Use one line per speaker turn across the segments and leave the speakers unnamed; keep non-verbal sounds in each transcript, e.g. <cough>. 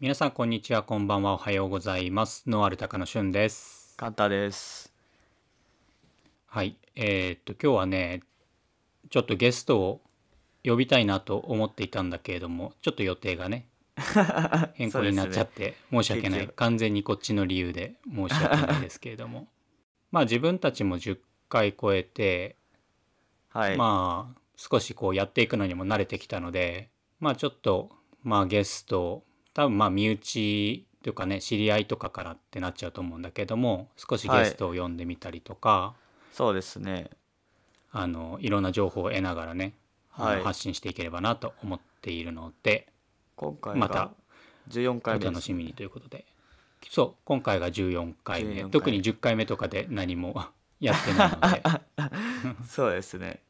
皆さんこんにちはこんばんはおはようございますノアルタカのしゅんです
カンタです。 <laughs>
はいえーっと今日はねちょっとゲストを呼びたいなと思っていたんだけれどもちょっと予定がね変更になっちゃって、申し訳な
結
い
局
完全にこっちの理由で申し訳ないですけれど
<laughs>
もまあ自分たちも10回超えて
はい。
まあ少しこうやっていくのにも慣れてきたのでまあちょっとまあゲスト多分まあ身内というかね知り合いとかからってなっちゃうと思うんだけども少しゲストを呼んでみたりとか、
そうですね。
い、あのいろんな情報を得ながらね、あ
は
の
い。
発信していければなと思っているので
今回
また
が14
お
回目です
楽しみにということでそう今回が14回目
14回目
特に10回目とかで何もやってないの
<laughs>
で
そうですね。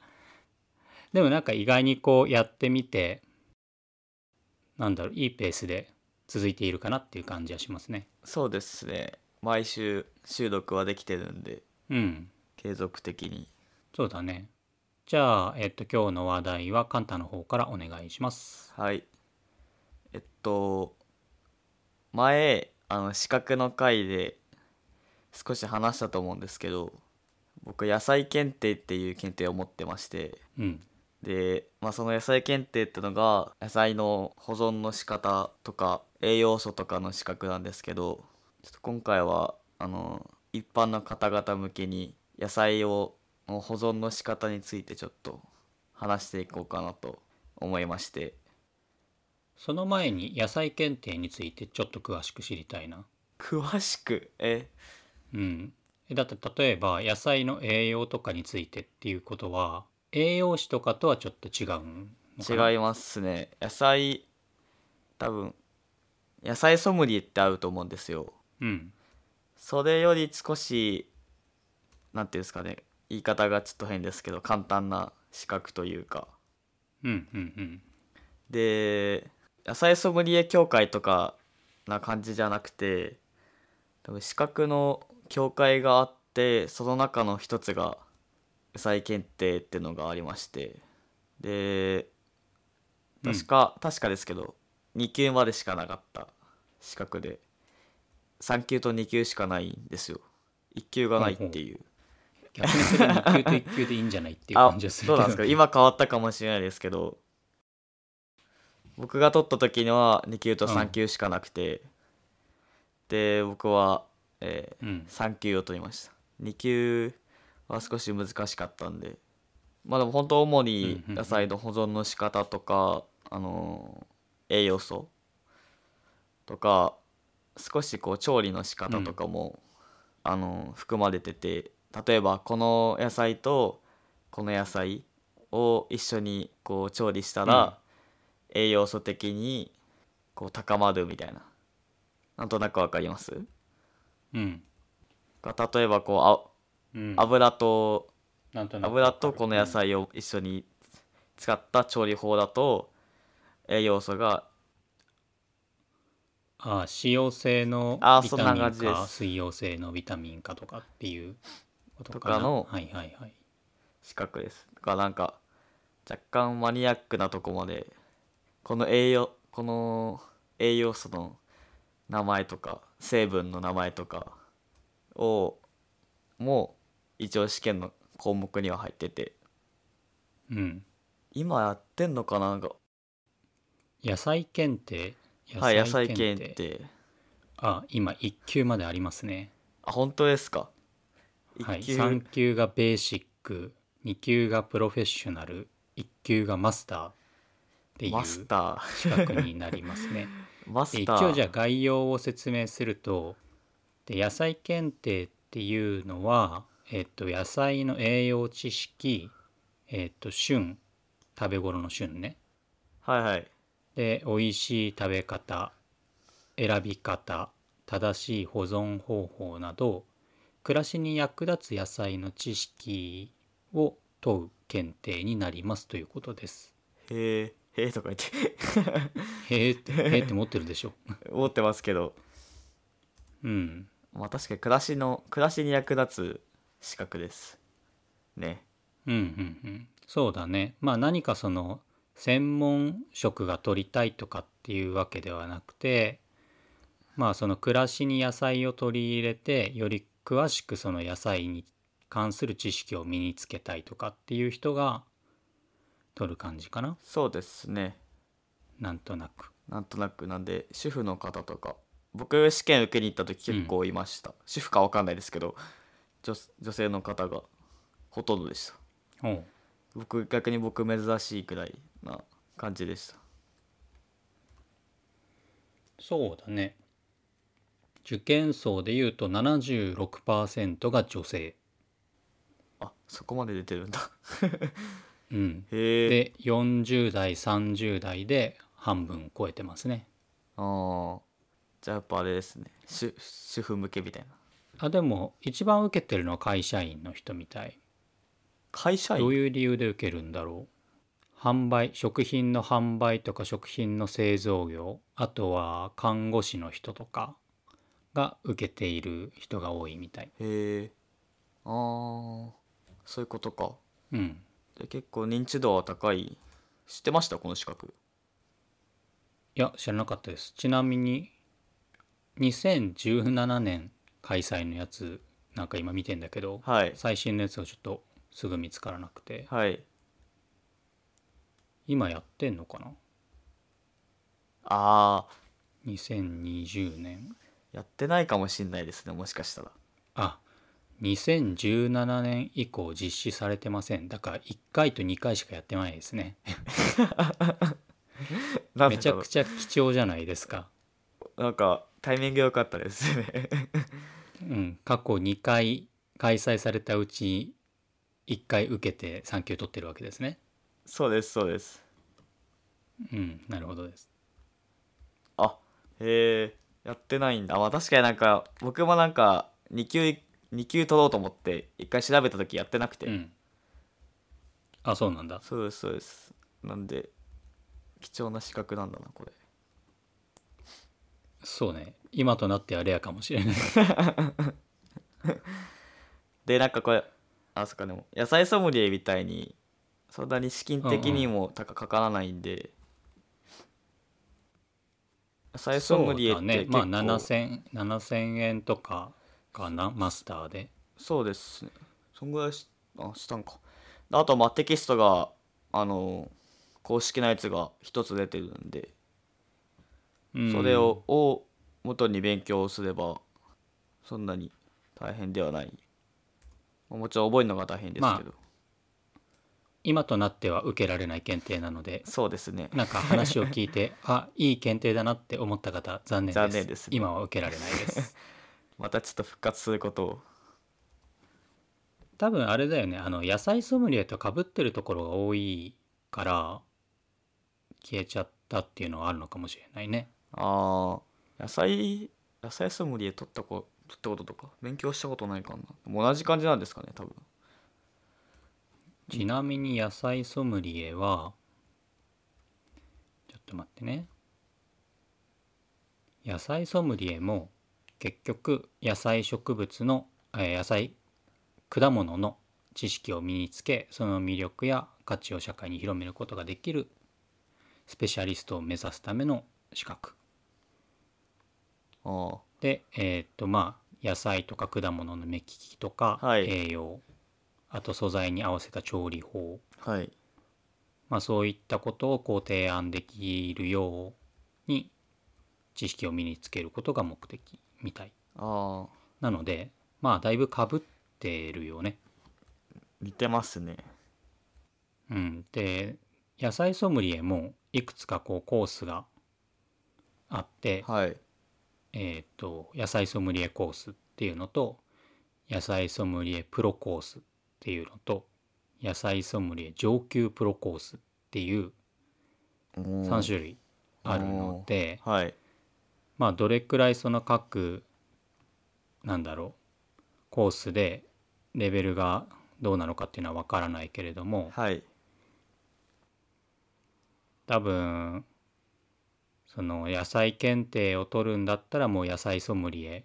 でもなんか意外にこうやってみてなんだろういいペースで続いているかなっていう感じはしますね
そうですね。毎週収録はできてるんで、
うん
継続的に。
そうだねじゃあえっと今日の話題はカンタの方からお願いします
はい。えっと、前、あの、資格の回で少し話したと思うんですけど、僕、野菜検定っていう検定を持ってまして、
うん
で、まあ、その野菜検定ってのが野菜の保存の仕方とか栄養素とかの資格なんですけどちょっと今回はあの一般の方々向けに野菜をの保存の仕方についてちょっと話していこうかなと思いまして
その前に野菜検定についてちょっと詳しく知りたいな
詳しくえ
うんえだって例えば野菜の栄養とかについてっていうことは栄養士とかとはちょっと違うのかな
違いますね野菜多分野菜ソムリエって合うと思うんですよ
うん
それより少しなんていうんですかね言い方がちょっと変ですけど簡単な資格というか
うんうんうん
で野菜ソムリエ協会とかな感じじゃなくて多分資格の協会があってその中の一つが野菜検定ってのがありましてで
うん
確か、確かですけど2級までしかなかった資格で3級と2級しかないんですよ1級がないっていう
逆にそれ2級と1級でいいんじゃないっていう感じがするけ
あそうなんですか今変わったかもしれないですけど僕が取った時には2級と3級しかなくて、で僕は、え
うん
ー、3級を取りました2級は少し難しかったんでまあでも本当主に
うんうんうん
野菜の保存の仕方とか、あのー栄養素とか少しこう調理の仕方とかも、あの含まれてて例えばこの野菜とこの野菜を一緒にこう調理したら、栄養素的にこう高まるみたいななんとなくわかります
うん
が例えばこ
うん
うあ油と
なんとなく
油とこの野菜を一緒に使った調理法だと栄養素が
ああ使用性の
あ
ビ
そんな
タミン
感じで
か
す
水溶性のビタミンかとかっていうことか
と
な
かの
はいはいはい
資格ですだからなんか若干マニアックなとこまでこの栄養この栄養素の名前とか成分の名前とかをもう一応試験の項目には入ってて
うん
今やってんのかななんか
野菜検定
はい野菜検定
あ今1級までありますね
あ本当ですか
はい、
一級、
3級がベーシック2級がプロフェッショナル1級がマスターってい
マス
う
タ
資格になりますね
ーマス
で一
ター
応じゃあ概要を説明するとで野菜検定っていうのは、えっと、野菜の栄養知識、えっと、旬食べ頃の旬ね
はいはい
で美味しい食べ方選び方正しい保存方法など暮らしに役立つ野菜の知識を問う検定になりますということです。
へえへえとか言って <laughs>
へえってへえって持ってるでしょ。
思ってますけど
うん
まあ確かに暮らしの暮らしに役立つ資格ですね
うんうんうん、そうだねまあ何かその専門職が取りたいとかっていうわけではなくてまあその暮らしに野菜を取り入れてより詳しくその野菜に関する知識を身につけたいとかっていう人が取る感じかな
そうですね
なんとなく
なんとなくなんで主婦の方とか僕試験受けに行った時結構いました、主婦かわかんないですけど女女性の方がほとんどでした
おう
僕逆に僕珍しいくらいな感じでした
そうだね受験層でいうと76%が女性
あそこまで出てるんだ
うん
へえ
で40代30代で半分超えてますね
あーじゃあやっぱあれですね主主婦向けみたいな
あでも一番受けてるのは会社員の人みたい
会社
どう
員
いう理由で受けるんだろう販売食品の販売とか食品の製造業あとは看護師の人とかが受けている人が多いみたい
へえあーそういうことか
うん
じゃあ結構認知度は高い知ってましたこの資格
いや知らなかったですちなみに2017年開催のやつなんか今見てんだけど
はい
最新のやつがちょっとすぐ見つからなくて
はい
今やってんのかな
ああ
2020年
やってないかもしんないですねもしかしたら
あ2017年以降実施されてませんだから1回と2回しかやってないですね
なん
めちゃくちゃ貴重じゃないですか
ゃなんかタイミング良かったですね <laughs>
うん過去2回開催されたうち1回受けて3級取ってるわけですね
そうですそうです
うんなるほどです
あへえやってないんだまあ確かになんか僕もなんか2級2級取ろうと思って1回調べた時やってなくて、
うんあそうなんだ
そうですそうですなんで貴重な資格なんだなこれ
そうね今となってはレアかもしれない
でなんかこれあそっかでも野菜ソムリエみたいにそんなに資金的にも高かからないんで、野菜ソムリエっ
そうだ
て
ね
結構
まあ7000 7000円とかかなマスターで
そうですねそんぐらいしあしたんかあとまあテキストがあの公式なやつが一つ出てるんで
うん
それをを元に勉強すればそんなに大変ではないもちろん覚えるのが大変ですけど、
今となっては受けられない検定なので
そうですね
なんか話を聞い
<laughs>
てあいい検定だなって思った方残念です
残念ですね
今は受けられないです
<laughs> またちょっと復活することを
多分あれだよねあの野菜ソムリエとかぶってるところが多いから消えちゃったっていうのはあるのかもしれないね
ああ野菜野菜ソムリエ取ったこ取ったこととか勉強したことないかな同じ感じなんですかね多分
ちなみに野菜ソムリエはちょっと待ってね野菜ソムリエも結局野菜植物の、えー野菜果物の知識を身につけその魅力や価値を社会に広めることができるスペシャリストを目指すための資格
あ
でえーっとまあ野菜とか果物の目利きとか、
はい
栄養あと素材に合わせた調理法
あはい
まあ、そういったことをこう提案できるように知識を身につけることが目的みたい
ああ
なのでまあだいぶかぶってるよね。
似てますね
うん、で野菜ソムリエもいくつかこうコースがあって、
はい
えっと野菜ソムリエコースっていうのと野菜ソムリエプロコースっていうのと野菜ソムリエ上級プロコースっていう3
3
種類あるので。
はい
まあどれくらいその各なんだろうコースでレベルがどうなのかっていうのは分からないけれども
はい
多分その野菜検定を取るんだったらもう野菜ソムリエ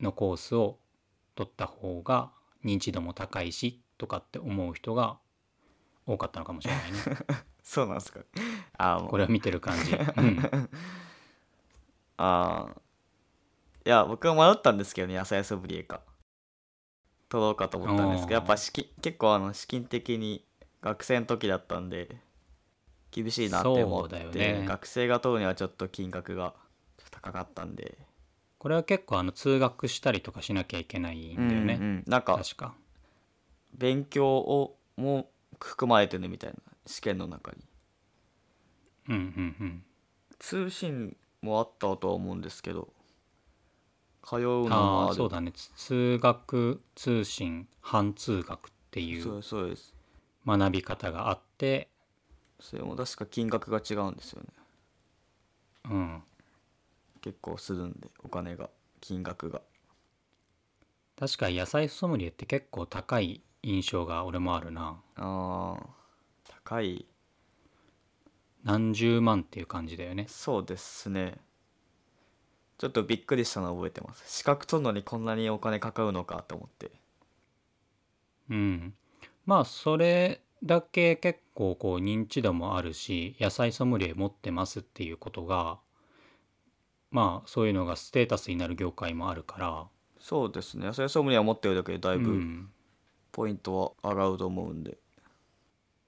のコースを取った方が認知度も高いしとかって思う人が多かったのかもしれないね
<laughs> そうなんですかああもう
これを見てる感じ。うん
ああいや僕は迷ったんですけどね野菜ソムリエか取ろうかと思ったんですけ
おー
どやっぱ資金結構あの資金的に学生の時だったんで厳しいなって思って、
そうだよね
学生が取るにはちょっと金額が高かったんで
これは結構あの通学したりとかしなきゃいけないんだよね、
うんうんなんか
確か
勉強をも含まれてるみたいな試験の中に
うんうんうん
通信もあったとは思うんですけど通うのもあ
ああ
る
そうだねつ通学通信半通学ってい
そううそうです
学び方があって
それも確か金額が違うんですよね
うん
結構するんでお金が金額が
確か野菜ソムリエって結構高い印象が俺もあるな
あー高い
何十万っていう感じだよね
そうですねちょっとびっくりしたのを覚えてます資格取るのにこんなにお金かかるのかと思って
うんまあそれだけ結構こう認知度もあるし野菜ソムリエ持ってますっていうことがまあそういうのがステータスになる業界もあるから
そうですねそれソムリエを持ってるだけでだいうぶ
ん
ポイントは上がると思うんで、
だか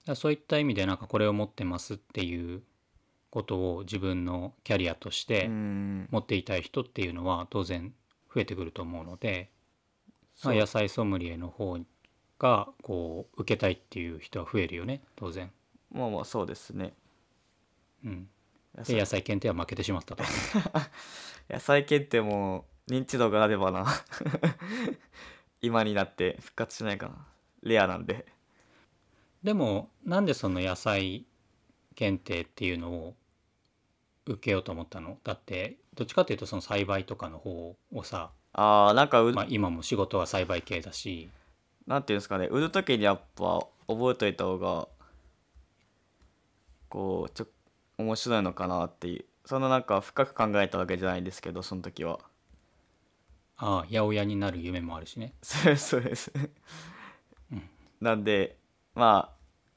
らそういった意味でなんかこれを持ってますっていうことを自分のキャリアとし
う
て
ん
持っていたい人っていうのは当然増えてくると思うので、
そ
まあ、
う
野菜ソムリエの方がこう受けたいっていう人は増えるよね当然。
まあまあそうですね
うん、
野
で
菜
野菜検定は負けてしまったと。 <laughs>
野菜検定も認知度があればな <laughs> 今になって復活しないかなレアなんで
でもなんでその野菜検定っていうのを受けようと思ったのだってどっちかっていうとその栽培とかの方をさ、
ああなんかう、
まあ、今も仕事は栽培系だし。
なんていうんですかね売る時にやっぱ覚えといた方がこうちょ面白いのかなっていうそんななんか深く考えたわけじゃないんですけどその時は <laughs>
ああ八百屋になる夢もあるしね
そうですそうです、
うん
なんでま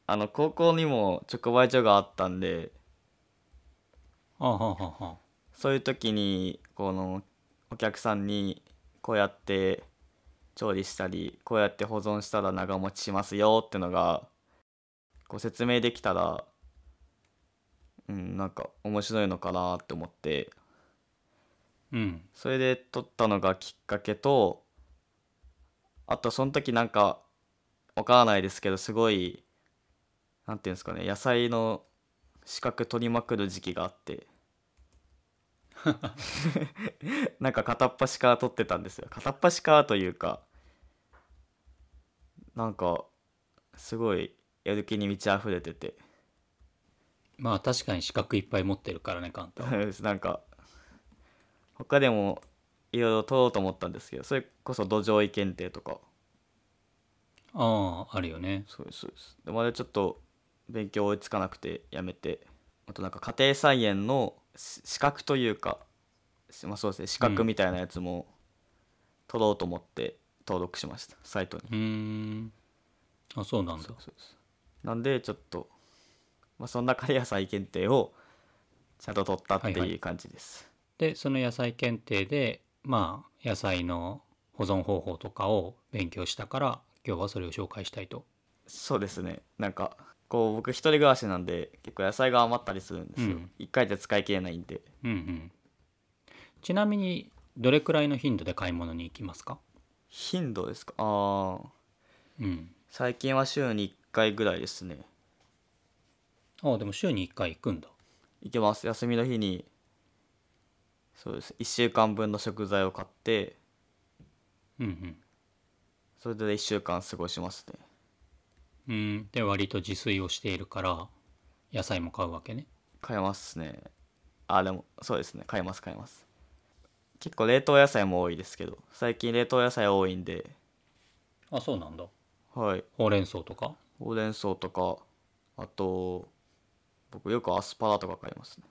ああの高校にも直売所があったんで
ああはあはあはあ
そういう時にこのお客さんにこうやって調理したりこうやって保存したら長持ちしますよってのがこう説明できたらうんなんか面白いのかなって思って
うん
それで撮ったのがきっかけとあとその時なんかわからないですけどすごいなんていうんですかね野菜の資格取りまくる時期があって
<laughs>
なんか片っ端から取ってたんですよ片っ端からというかなんかすごいやる気に満ち溢れてて
まあ確かに資格いっぱい持ってるからねカンタは
<laughs> なんか他でもいろいろ取ろうと思ったんですけどそれこそ土壌医検定とか
あああるよね
そうですそうですでまだちょっと勉強追いつかなくてやめてあとなんか家庭菜園のし資格というか、しまあ、そうですね資格みたいなやつも取ろうと思って登録しました、サイトに
うーんあそうなんだ
そうそうですなんでちょっと、まあ、そんな家庭菜検定をちゃんと取ったって
はい
い
は
う感じです、
でその野菜検定でまあ野菜の保存方法とかを勉強したから今日はそれを紹介したいと、
そうですねなんかこう僕一人暮らしなんで結構野菜が余ったりするんですよ、
うん
一回じゃ使い切れないんで
うんうん、ちなみにどれくらいの頻度で買い物に行きますか、
頻度ですかああ
うん、
最近は週に1回ぐらいですね
ああでも週に1回行くんだ
行けます休みの日にそうです1週間分の食材を買って
うんうん
それで1週間過ごしますね
うんで割と自炊をしているから野菜も買うわけね
買えますねあでもそうですね買えます買えます結構冷凍野菜も多いですけど最近冷凍野菜多いんで
あそうなんだ
はい
ほうれん草とか
ほうれん草とかあと僕よくアスパラとか買いますね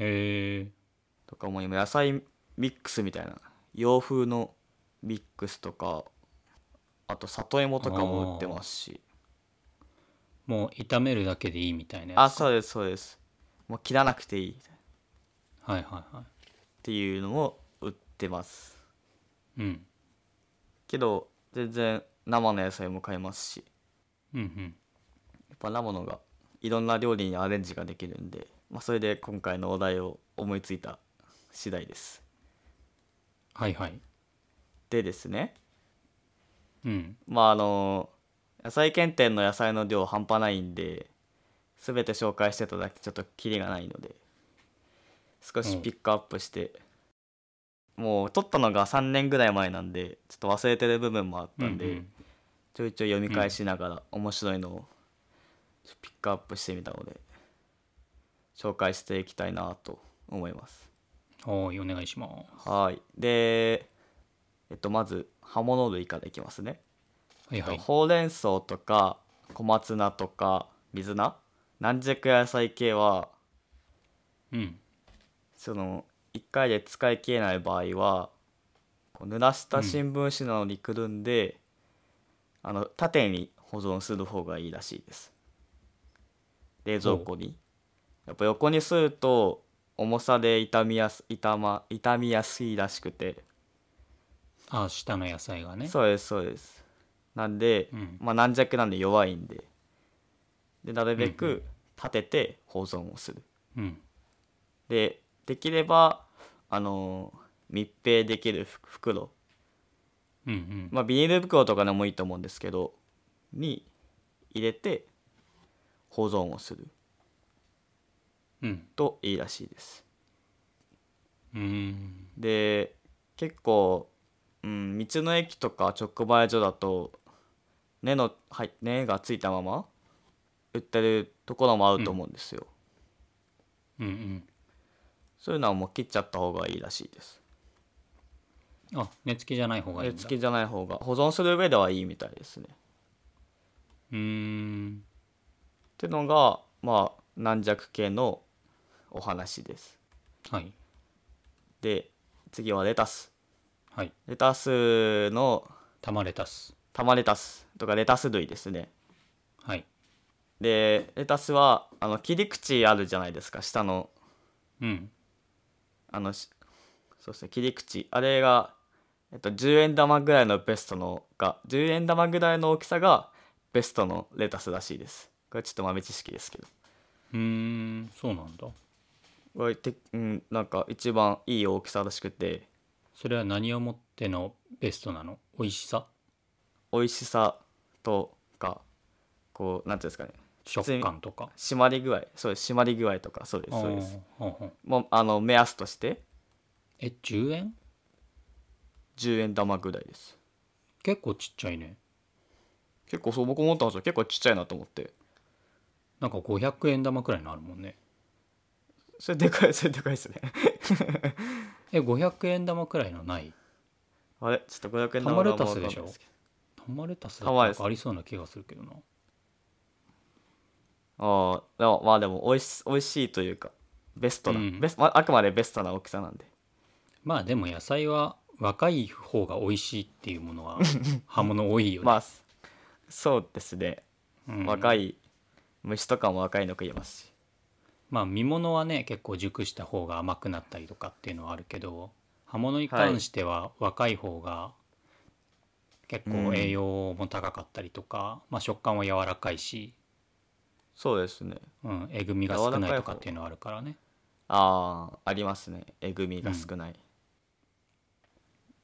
へえ
とかもう今野菜ミックスみたいな洋風のミックスとかあと里芋とかも売ってますし
もう炒めるだけでいいみたいなやつ
あそうですそうですもう切らなくていいっ
はいはいはい
ていうのも売ってます
うん
けど全然生の野菜も買えますし
うんうん
やっぱラモのがいろんな料理にアレンジができるんで、まあ、それで今回のお題を思いついた次第です
はいはい
でですね
うん
まああの野菜検定の野菜の量半端ないんで全て紹介してただけちょっとキリがないので少しピックアップして、もう取ったのが3年ぐらい前なんでちょっと忘れてる部分もあったんで、
うんうん
ちょいちょい読み返しながら面白いのをちょっとピックアップしてみたので紹介していきたいなと思います
はーいお願いします
はいでえっとまず葉物類からいきますね
はいはい
ほうれん草とか小松菜とか水菜軟弱野菜系は
うん
その1回で使い切れない場合はこう濡らした新聞紙などにくるんで、あの縦に保存する方がいいらしいです冷蔵庫にやっぱ横にすると重さで傷みやす傷,、ま、傷みやすいらしくて
あ下の野菜がね
そうですそうですなんで、
うん
まあ軟弱なんで弱いんででなるべ
うんう
く立てて保存をする、
うん
でできればあのー密閉できるふ袋
うんうん
まあビニール袋とかでもいいと思うんですけどに入れて保存をする
うん
といいらしいです
うーん
で結構、うん、道の駅とか直売所だと根のはい根がついたまま売ってるところもあると思うんですよ、
うん
そういうのはもう切っちゃった方がいいらしいです
うんあ根付きじゃない方がいい
根
んだ
付きじゃない方が保存する上ではいいみたいですねっ
うーん
ていうのがまあ軟弱系のお話です
はい
で次はレタス
はい
レタスの
玉レタス
玉レタスとかレタス類ですね
はい
でレタスはあの切り口あるじゃないですか下の
うん
あのしそうですね切り口あれが、えっと、10円玉ぐらいのベストのが10円玉ぐらいの大きさがベストのレタスらしいですこれちょっと豆知識ですけど
うーんそうなんだ
これて、うん、なんか一番いい大きさらしくて
それは何をもってのベストなの美味しさ
美味しさとかこうなんていうんですかね
食感とか
締まり具合そうです締まり具合とかそうですそうです
あーほんほん
もうあの目安として
え10円
10円玉ぐらいです
結構ちっちゃいね
結構そう僕思ったんですよ結構ちっちゃいなと思って
なんか500円玉くらいのあるもんね
それでかいそれでかいですね
え500円玉くらいのない
<laughs> あれちょっと500円
玉
玉
レ
レ
タ
タ
スで
スで
し
し
ょ
ょ
玉レタスだ
玉レタス
とありそうな気がするけどな
ああでもまあでも美味し美味しいというかベストな、
うん
ベスまああくまでベストな大きさなんで
まあでも野菜は若い方が美味しいっていうもの
<laughs>
は葉物多いよね、
まあそうですね、
うん
若い虫とかも若いの食いますし
まあ見物はね結構熟した方が甘くなったりとかっていうのはあるけど葉物に関しては若い方が結構栄養も高かったりとか、まあ食感は柔らかいし、
そうですね
うん、えぐみが少ないとかっていうのはあるからね
ああありますねえぐみが少ない、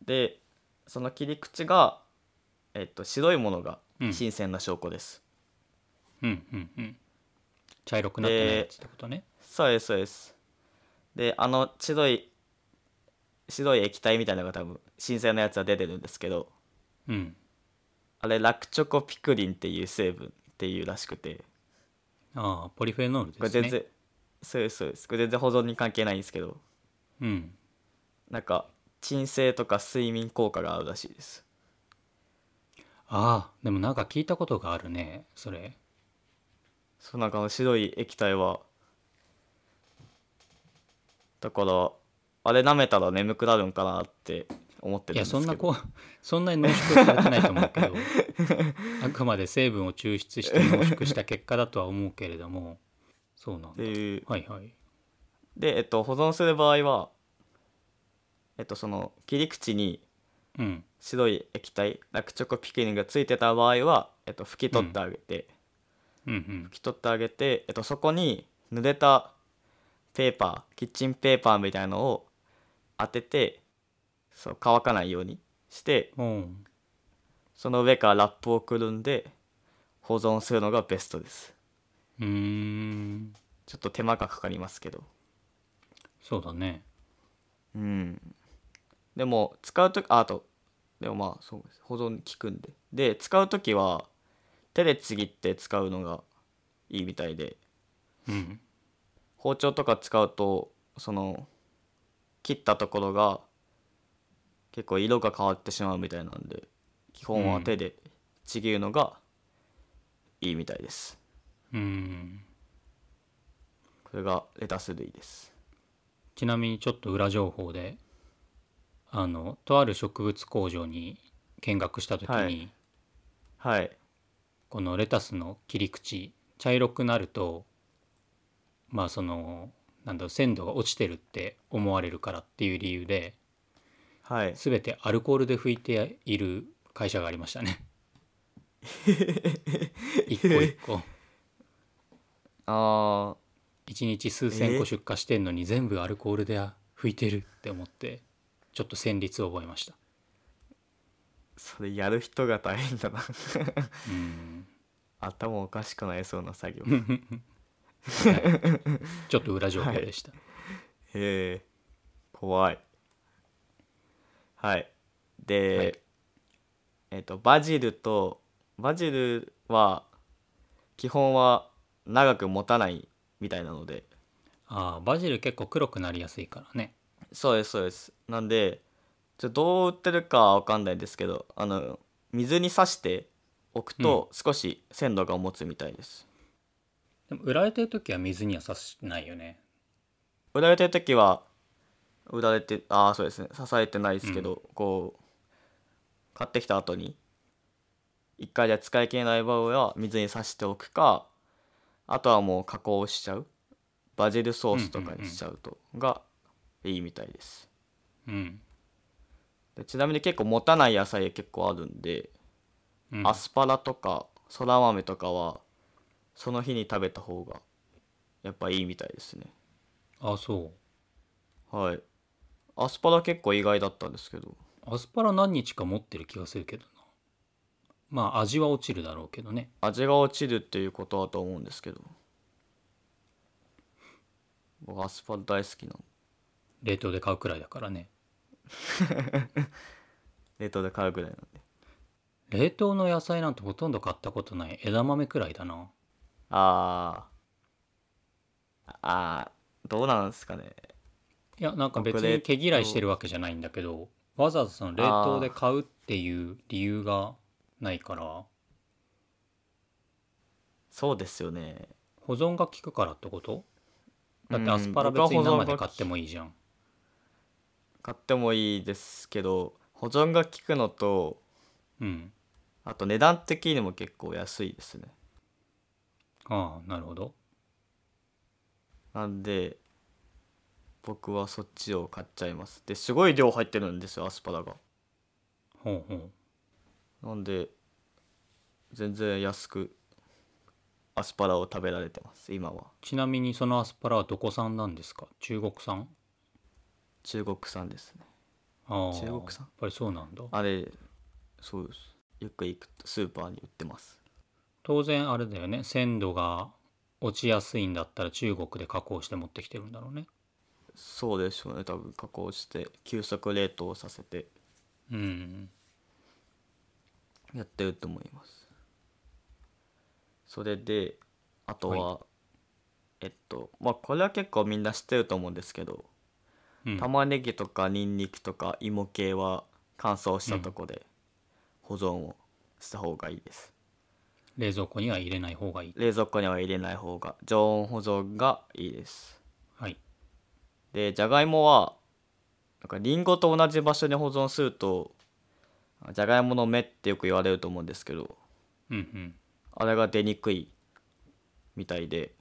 でその切り口がえっと白いものが
うん
新鮮な証拠です、
うんうんうん茶色くなってないやつってことね、
そうですそうですであの白い白い液体みたいなのが多分新鮮なやつは出てるんですけど
うん
あれラクチョコピクリンっていう成分っていうらしくて
ああポリフェノール
これ
ですね
全然、そうですそうですこれ全然保存に関係ないんですけど
うん
なんか鎮静とか睡眠効果があるらしいです
ああでもなんか聞いたことがあるねそれ
そうなんかあの白い液体はだからあれ舐めたら眠くなるんかなって思って
いや
るんですけど
そんなこうそんなに濃縮されてないと思うけ
<laughs>
どあくまで成分を抽出して濃縮した結果だとは思うけれどもそうなん
って
だ
いう
はいはい
でえっと保存する場合はえっと、その切り口に
うん
白い液体ラクチョコピクリンがついてた場合は、えっと、拭き取ってあげて、
うんうん
拭き取ってあげて、えっと、そこに濡れたペーパーキッチンペーパーみたいのを当ててそう乾かないようにして
おう
その上からラップをくるんで保存するのがベストです
うーん
ちょっと手間がかかりますけど
そうだね
うんでも使う時ああとでもまあそうです保存効くんでで使う時は手でちぎって使うのがいいみたいで
うん
包丁とか使うとその切ったところが結構色が変わってしまうみたいなんで基本は手でちぎるのがいいみたいです、
うん
これがレタス類です
ちなみにちょっと裏情報であのとある植物工場に見学した時に、
はいはい
このレタスの切り口茶色くなるとまあそのなんだろう鮮度が落ちてるって思われるからっていう理由で
はい
全てアルコールで拭いている会社がありました
<laughs>
ね一個一個
あ
一日数千個
え
出荷してんのに全部アルコールで拭いてるって思ってちょっと旋律を覚えました
ーそれやる人が大変だな <laughs>
うん
頭おかしくなりそうな作 <laughs> 業
<laughs> ちょっと裏情報でした、
へえ怖いはいで、
はい
えっ、とバジルとバジルは基本は長く持たないみたいなので
ああバジル結構黒くなりやすいからね
そうですそうですなんでちょどう売ってるかわかんないですけどあの水にさしておくと少し鮮度が持つみたいです、
でも売られてる時は水にはさしてないよね
売られてる時は売られてああそうですね支えてないですけど、こう買ってきた後に一回で使い切れない場合は水にさしておくかあとはもう加工しちゃうバジルソースとかにしちゃうとがいいみたいです、
うん
でちなみに結構持たない野菜結構あるんで、
うん
アスパラとかそら豆とかはその日に食べた方がやっぱいいみたいですね
あそ
はいアスパラ結構意外だったんですけど
うアスパラ何日か持ってる気がするけどなまあ味は落ちるだろうけどね
味が落ちるっていうことだと思うんですけど僕アスパラ大好きなの
冷凍で買うくらいだからね
冷凍で買うぐらいなんで
冷凍の野菜なんてほとんど買ったことない枝豆くらいだな
あーあーどうなんですかね
いやなんか別
僕冷
に
凍
毛嫌いしてるわけじゃないんだけどわざわざその冷凍で買うっていう理由がないから
そうですよね
保存が効くからってことだって
うん
アスパラ別に
僕は
生
保存が
で買ってもいいじゃん
買ってもいいですけど保存が効くのと
うん
あと値段的にも結構安いですね
ああなるほど
なんで僕はそっちを買っちゃいますですごい量入ってるんですよアスパラが
ほうほ
なんで全然安くアスパラを食べられてます今は
うちなみにそのアスパラはどこ産なんですか中国産
中国産ですね
ああ
中国産
やっぱりそうなんだ
あれそうですよく行くとスーパーに売ってます
当然あれだよね鮮度が落ちやすいんだったら中国で加工して持ってきてるんだろうね
そうでしょうね多分加工して急速冷凍させて
うん
やってると思いますそれであとは、えっとまあこれは結構みんな知ってると思うんですけど、
うん
玉ねぎとかニンニクとか芋系は乾燥したとこで保存をした方がいいです、
冷蔵庫には入れない方がいい
冷蔵庫には入れない方が常温保存がいいです
はい
でじゃがいもはなんかリンゴと同じ場所に保存するとじゃがいもの芽ってよく言われると思うんですけど
うんうん
あれが出にくいみたいで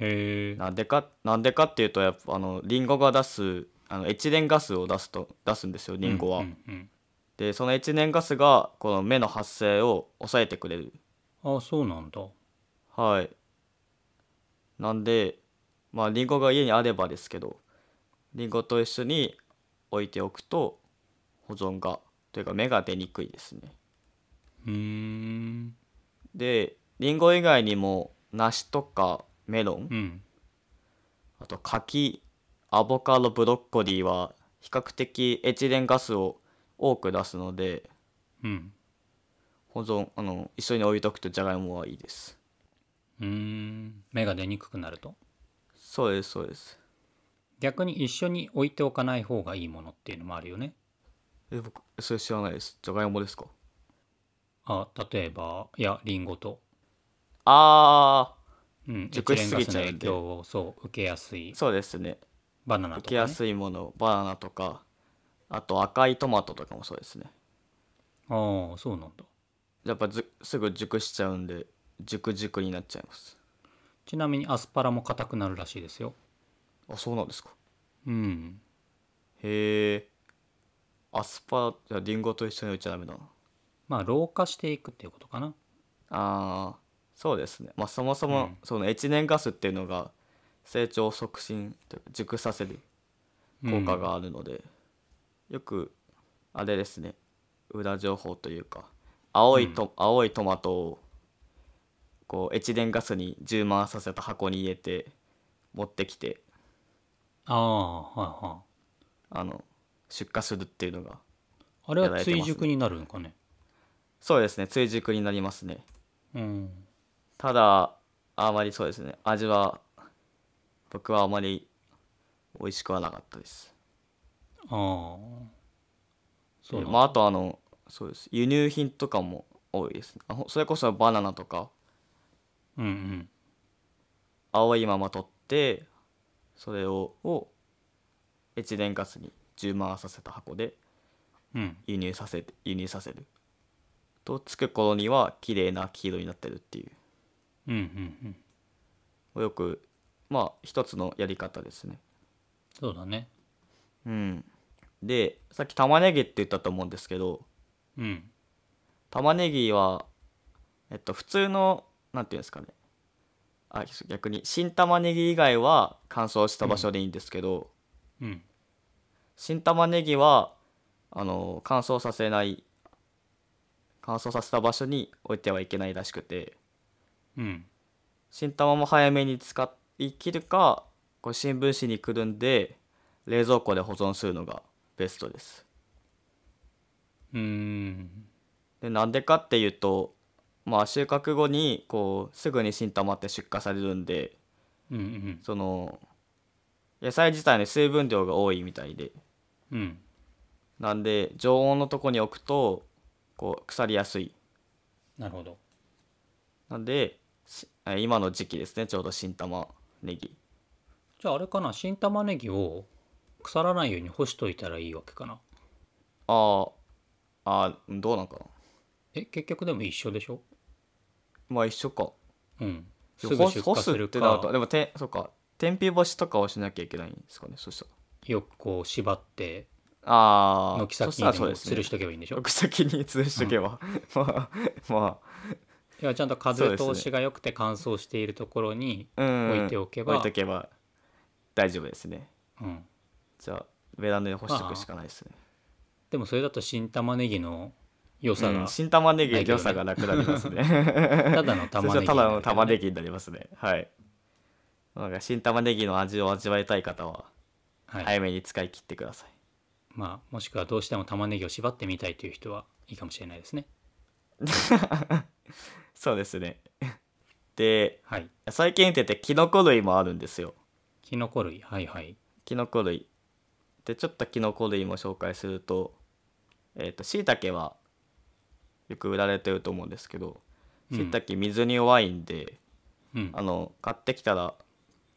へえ
なんでかなんでかっていうとやっぱあのリンゴが出すあのエチレンガスを出すと出すんですよリンゴは。
うんうん
でそのエチレンガスがこの目の発生を抑えてくれる。
うん、あそうなんだ
はい。なんでまあリンゴが家にあればですけどリンゴと一緒に置いておくと保存がというか芽が出にくいですね。
うーん
でリンゴ以外にも梨とかメロン
うん
あと柿アボカドブロッコリーは比較的エチレンガスを多く出すので
うん
保存あの一緒に置いとくとじゃがいもはいいです
うーん芽が出にくくなると
そうですそうです
逆に一緒に置いておかない方がいいものっていうのもあるよね
え僕それ知らないですじゃがいもですか
あ例えばいやリンゴと、
あ
うん、エ
熟
チ
し
レン
す
ガ
ぎ
ス
ち
の
ゃうんで
影響をそう受けやすい
ーそうですね
バナナとか、ね、
受けやすいものバナナとかあと赤いトマトとかもそうですね
ああそうなんだ
やっぱずすぐ熟しちゃうんで熟熟になっちゃいます
ちなみにアスパラも硬くなるらしいですよ
あそうなんですか
うん
へえアスパラじゃあリンゴと一緒に置いちゃダメだな
まあ老化していくっていうことかな
ああそうですねまあそもそうも
ん
そのエチレンガスっていうのが成長を促進というか熟させる
うん
効果があるので、よくあれですね裏情報というか青いと、青いトマトをこうエチレンガスに充満させた箱に入れて持ってきて
ああはいは
あの出荷するっていうのが
いあれ
やら
は
れてます
追
ね
熟になるのかね
そうですね追熟になりますね
うん
ただあまりそうですね味は僕はあまり美味しくはなかったです
ああそうなんだ
まああとあのそうです輸入品とかも多いですねあほそれこそバナナとか
うんうん
青いまま取ってそれををエチレンガスに充満させた箱で
うん
輸入させて輸入させるとつく頃には綺麗な黄色になってるってい
うんうんうん
うよくまあ一つのやり方ですね
そうだね
うん、でさっき玉ねぎって言ったと思うんですけど
うん
玉ねぎは、えっと、普通のなんていうんですかねあ逆に新玉ねぎ以外は乾燥した場所でいいんですけど、
うん
新玉ねぎはあの乾燥させない乾燥させた場所に置いてはいけないらしくて
うん
新玉も早めに使い切るかこう新聞紙にくるんで冷蔵庫で保存するのがベストです。
うーん
でなんでかっていうとまあ収穫後にこうすぐに新玉って出荷されるんで
うんうん
その野菜自体の水分量が多いみたいで
うん
なんで常温のとこに置くとこう腐りやすい
なるほど
なんでしえ今の時期ですねちょうど新玉ねぎ
じゃああれかな新玉ねぎを腐らないように干しといたらいいわけかな
あーあーどうなんかな
え結局でも一緒でしょ
まあ一緒か
うんすぐ
干す
出
干
荷
す
す
っ
る
てなる
か
とでもてそうか天日干しとかをしなきゃいけないんですかねそしたら
よくこう縛って
ああ
軒先にでも吊るしとけばいいんでしょ
僕先に潰しとけば、まあま
いやちゃんと風通しが良くて乾燥しているところに
あ、うん、
置いておけば
置いとけば大丈夫ですね
うん、
じゃあベランダで干しておくしかないですね、
でもそれだと新玉ねぎの良さ
うん
が
新玉ねぎの良さがなくなりますね
ただの
それ
玉
じ
ね
ゃ
ぎ
ただの玉ね
ぎ
ぎになりますねはいなんか新玉ねぎの味を味わいたい方は
はい、
早めに使い切ってください、
まあもしくはどうしても玉ねぎを縛ってみたいという人はいいかもしれないですね
そうですね <laughs> で
はい
最近出てキノコ類もあるんですよ
きのこ類はいはい
キノコ類でちょっとキノコ類も紹介するとえっ、としいたけはよく売られてると思うんですけど
うん
しいたけ水に弱いんで、
うん
あの買ってきたら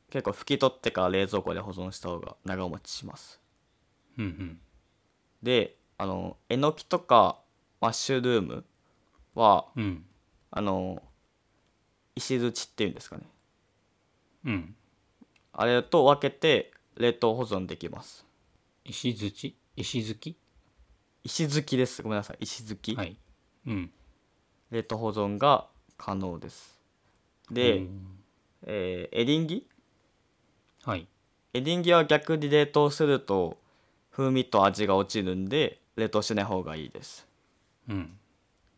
結構拭き取ってから冷蔵庫で保存した方が長持ちします
うんうん
であのえのきとかマッシュルームは
うん
あの石槌っていうんですかね
うん
あれと分けて冷凍保存できます
石づち石づき
石づきですごめんなさい石づき、
はい。うん。
冷凍保存が可能ですで、
うん
えーエリンギ
はい。
エリンギは逆に冷凍すると風味と味が落ちるんで冷凍しない方がいいです
うん。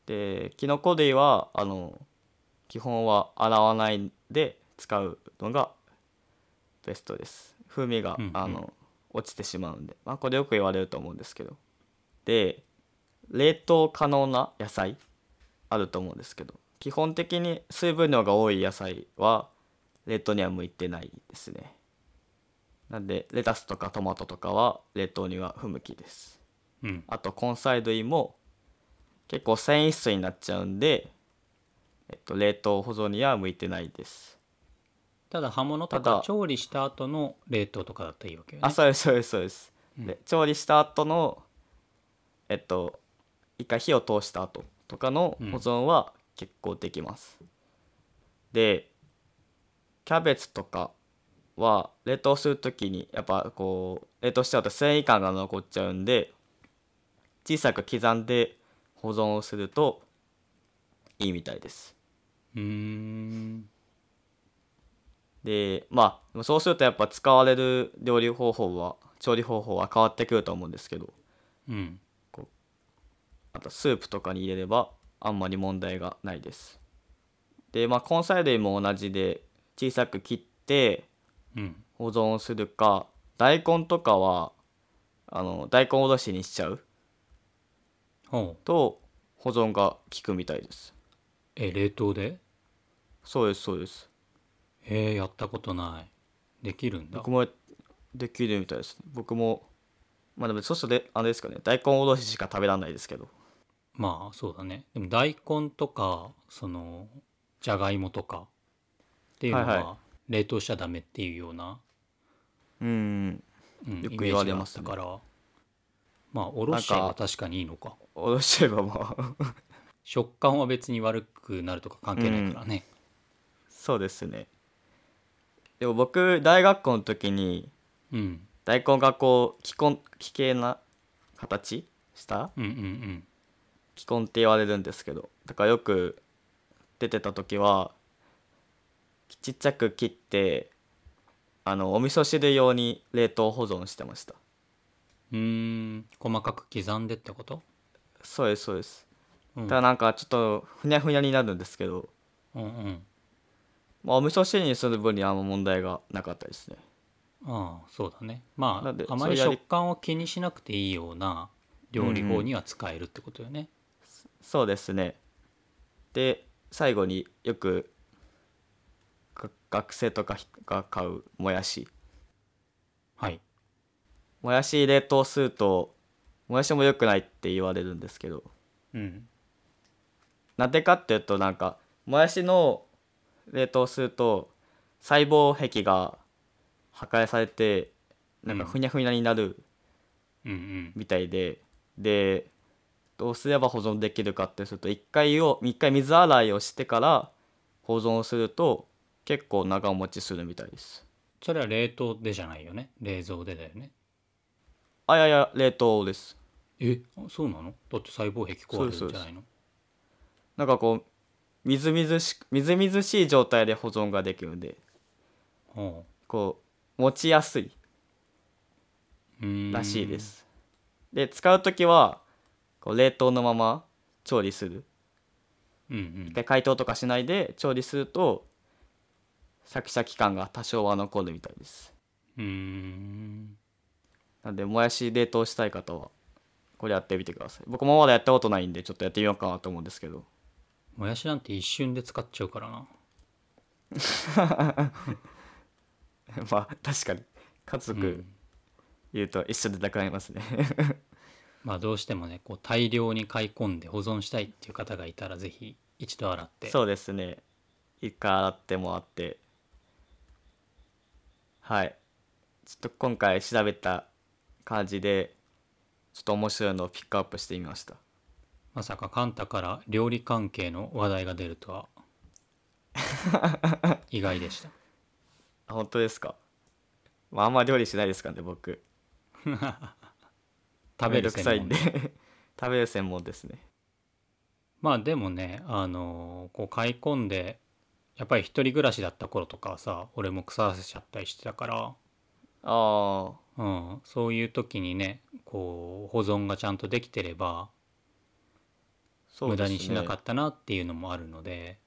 でキノコ類はあの基本は洗わないで使うのがベストです風味が、
うんうん
あの落ちてしまうんで、まあ、これよく言われると思うんですけどで冷凍可能な野菜あると思うんですけど基本的に水分量が多い野菜は冷凍には向いてないですねなんでレタスとかトマトとかは冷凍には不向きです
うん。
あと根菜類も結構繊維質になっちゃうんで、えっと、冷凍保存には向いてないです。
ただ葉物と
た
か
だ
調理した後の冷凍とかだったらいいわけよね
あ。そうですそうですそうです。
うん
で調理した後のえっと一回火を通した後とかの
うん
保存は結構できます。でキャベツとかは冷凍する時にやっぱこう冷凍しちゃうと繊維感が残っちゃうんで小さく刻んで保存をするといいみたいです。
うーん。
でまあそうするとやっぱ使われる料理方法は調理方法は変わってくると思うんですけど
うん。
あとスープとかに入れればあんまり問題がないですでまあ根菜類も同じで小さく切って
うん。
保存するか大根とかはあの大根おろしにしちゃう
ほう。
と保存が効くみたいです
え、冷凍で
そうですそうです
へえ、やったことない。できるんだ
僕。もできるみたいですね僕もまあでもそうするとであれですかね大根おろししか食べられないですけど
まあ、そうだね。でも大根とか、その、じゃがいもとかっていうの
はいは
は、冷凍しちゃダメっていうような、
うん
うん、
よく
イメー
言わ
ジ
れ
があ
ま
っ
す
た
ね
から、まあ、おろしちゃえ
な
ば
ん
確かにいいのか。
おろしちゃえばまあ <laughs>
食感は別に悪くなるとか関係ないからね。
そうですねでも僕大学校の時に
うん。
大根がこう気根気形な形した
うんうんうん。
気根って言われるんですけどだからよく出てた時はちっちゃく切ってあのお味噌汁用に冷凍保存してました
うーん細かく刻んでってこと、
そうですそうです
うん、
ただなんかちょっとふにゃふにゃになるんですけど、
うんうん
まあ、お味噌汁にする分にはあんま問題がなかったですね
ああそうだねま
なんで
ああまり
それや
食
り
感を気にしなくていいような料理法には使えるってことよね、
そうですねで最後によくが学生とかが買うもやし
はい
もやし冷凍するともやしも良くないって言われるんですけど
うん
なんでかっていうとなんかもやしの冷凍すると細胞壁が破壊されてなんか
うん
ふにゃふにゃになる
うんうん
みたいで、でどうすれば保存できるかってすると一回を一回水洗いをしてから保存すると結構長持ちするみたいです
それは冷凍でじゃないよね冷蔵でだよね
あいやいや冷凍です
えあそうなのだって細胞壁壊れ
そ
る
うんです
じゃないの
なんかこうみずみずしみずみずしい状態で保存ができるんで
ほ
こう持ちやすい
う
う
ーん
らしいですで使う時はこう冷凍のまま調理する
うんうん
一回解凍とかしないで調理するとシャキシャキ感が多少は残るみたいです
うーん
なんでもやし冷凍したい方はこれやってみてください僕もまだやったことないんでちょっとやってみようかなと思うんですけど <laughs>
もやしなんて一瞬で使っちゃうからな
まあ確かに家族いると一緒でなくなりますね
まあどうしてもねこう大量に買い込んで保存したいっていう方がいたらぜひ一度洗って
そうですね一回洗ってもらってはいちょっと今回調べた感じでちょっと面白いのをピックアップしてみました
まさかカンタから料理関係の話題が出ると
<laughs>
は意外でした <laughs>
あ本当ですか、まあ、あんま料理しないですからね僕
食べる
く
専
さい
門
んで食べる専門ですね
まあでもねあのこう買い込んでやっぱり一人暮らしだった頃とかはさ俺も腐らせちゃったりしてたか
ああ
ら、うん、そういう時にねこう保存がちゃんとできてれば
そう
無
で
駄
すね
にしなかったなっていうのもあるので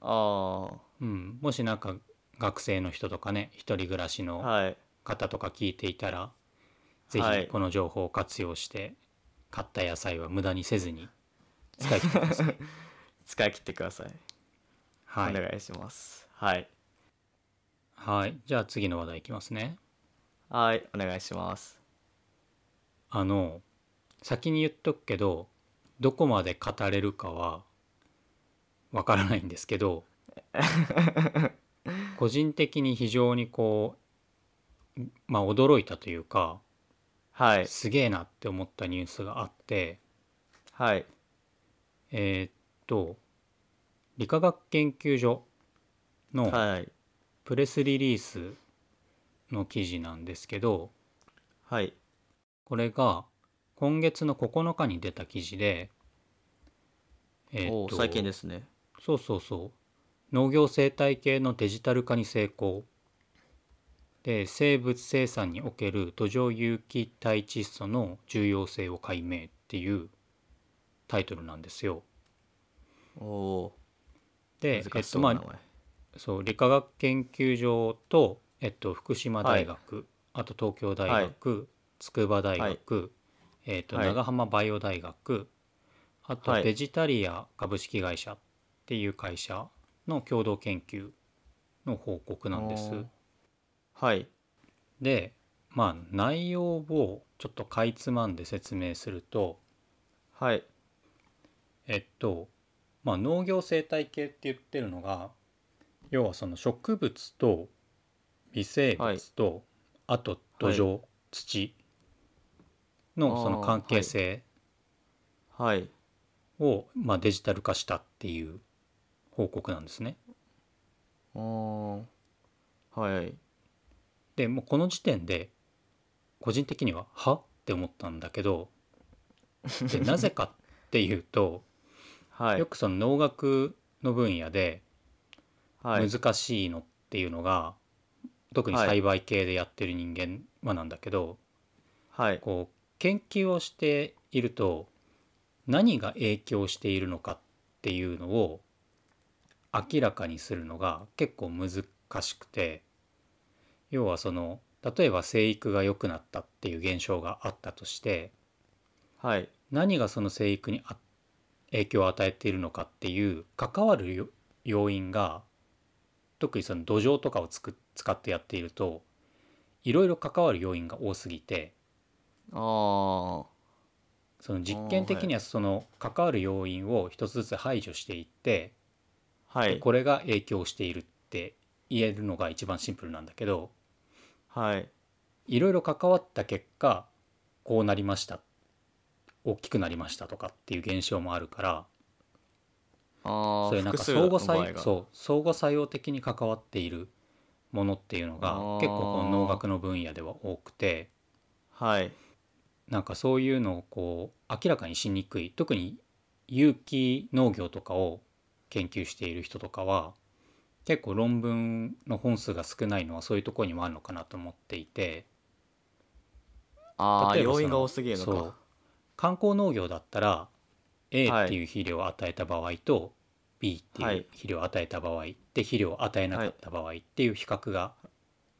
あ
うん、もしなんか学生の人とかね一人暮らし
あ
の
はい
方とか聞いていたら、
は
ぜ
い
ひこの情報を活用して買った野菜は無駄にせずに使い切ってくだ
<laughs>
さい。
使い切ってください、
は
お
い、
願いしますはい
はい、じゃあ次の話題いきますね。
はいお願いします
あの先に言っとくけどどこまで語れるかはわからないんですけ
<laughs>
ど個人的に非常にこうまあ驚いたというか
はい
すげえなって思ったニュースがあって
はい
えーっと理化学研究所の
はい
プレスリリースの記事なんですけど
はい
これが今月の9日に出た記事でえ
お
ー
お
っと
最近ですね
そうそうそう農業生態系のデジタル化に成功で生物生産における土壌有機体窒素の重要性を解明っていうタイトルなんですよ。
おお
で、え
難
っ
し
と
そう
ま
な
あ
名前、
そう理化学研究所と、えっと、福島大学、あと東京大学、筑波大学、えっと
はい
長浜バイオ大学あと
はい
デジタリア株式会社っていう会社の共同研究の報告なんです
お。ーはい
でまあ内容をちょっとかいつまんで説明すると
はい
えっとまあ農業生態系って言ってるのが要はその植物と微生物と、あと土壌、土のその関係性
はい
を、まあ、デジタル化したっていう報告なんですね。
おおはい
でもうこの時点で個人的には「は?」って思ったんだけどでなぜかっていうと、
<laughs> はい
よくその農学の分野で
はい
難しいのっていうのが、特に栽培系でやってる人間はなんだけど、
はい
こう研究をしていると何が影響しているのかっていうのを明らかにするのが結構難しくて要はその例えば生育が良くなったっていう現象があったとして
はい
何がその生育にあ影響を与えているのかっていう関わるよ要因が特にその土壌とかをつく使ってやっているといろいろ関わる要因が多すぎて
ああ
その実験的にはその関わる要因を一つずつ排除していって、
はい
これが影響しているって言えるのが一番シンプルなんだけど
はい
いろいろ関わった結果こうなりました大きくなりましたとかっていう現象もあるから
あ
そういう
あ
なん
複
か
数
相
の
互
場合
作
が
そう相互作用的に関わっているものっていうのが
あー
結構この農学の分野では多くて
はい
なんかそういうのをこう明らかにしにくい特に有機農業とかを研究している人とかは結構論文の本数が少ないのはそういうところにもあるのかなと思っていて
ああ
例えばそ
要
の
因が多すぎるの
そ
か
う観光農業だったら A
はい
っていう肥料を与えた場合と、B って
はいいう
肥料を与えた場合、で肥料を与えなかった場合っていう比較が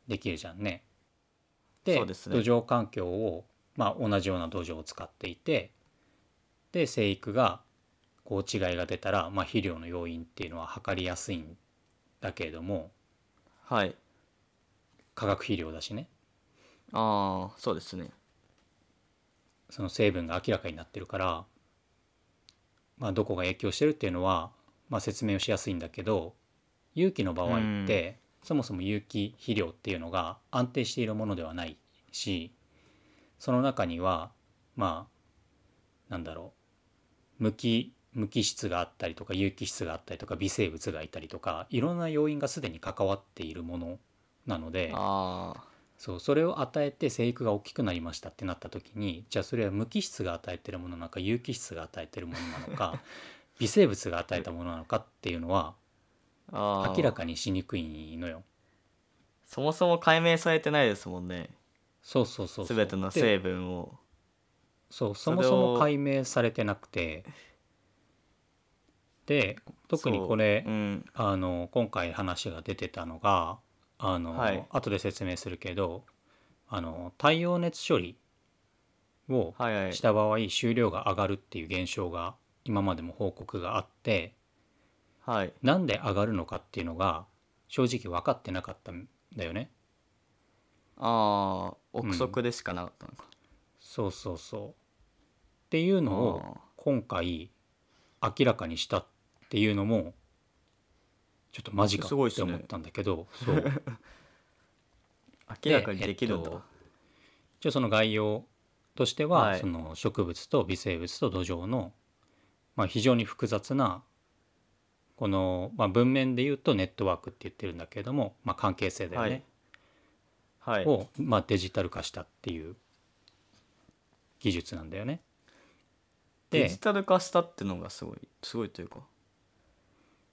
できるじゃんね。で
そうです
土
ね
壌環境を、まあ、同じような土壌を使っていてで生育がこう違いが出たら、まあ、肥料の要因っていうのは測りやすいんだけれども
はい
化学肥料だしね
ああそうですね
その成分が明らかになってるから、まあ、どこが影響してるっていうのは、まあ、説明をしやすいんだけど有機の場合って、そもそも有機肥料っていうのが安定しているものではないしその中にはまあなんだろう無機無機質があったりとか有機質があったりとか微生物がいたりとかいろんな要因がすでに関わっているものなので
ああ
そうそれを与えて生育が大きくなりましたってなった時にじゃあそれは無機質が与えてるものなのか有機質が与えてるものなの
<laughs>
か微生物が与えたものなのかっていうのは
あ
明ら
に
かにしにくいのよ。
そもそも解明されてないですもんね
そうそうそうそう
全ての
で
成分を
そうそ
それ
も
を
そも解明されてなくてで特にこれ、
そううん
あの今回話が出てたのがあの、
はい
後で説明するけどあの太陽熱処理を
はいはい
した場合収量が上がるっていう現象が今までも報告があって
はい
なんで上がるのかっていうのが正直分かってなかったんだよね。
ああ憶測でしかなかったのか、
そうそうそうっていうのを
あ
今回明らかにしたっていうのもちょっとマジか
すごい
っ
っす
て
ね
思ったんだけど、そう
ー明らかにできるんだ、
えっとじゃあその概要としては、
はい
その植物と微生物と土壌の、まあ、非常に複雑なこの、まあ、文面で言うとネットワークって言ってるんだけれども、まあ、関係性だよね、
はい
を、まあ、デジタル化したっていう技術なんだよね。
デ
で
ジ、タル化したってのがすごいすごいというか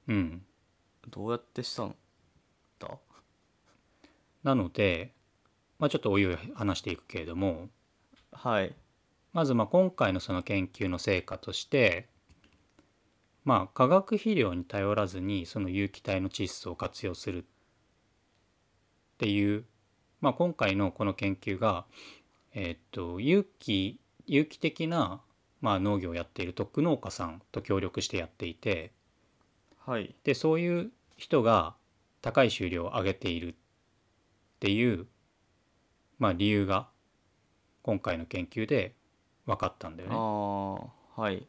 うん、
どうやってしたんだ
なので、まあ、ちょっとおいおい話していくけれども
はい
まずまあ今回のその研究の成果として、まあ、化学肥料に頼らずにその有機体の窒素を活用するっていう、まあ、今回のこの研究が、えーっと有機有機的な、まあ、農業をやっている特農家さんと協力してやっていて
はい
でそういう人が高い収量を上げているっていう、まあ、理由が今回の研究で分かったんだよ
あ
ね。
あはい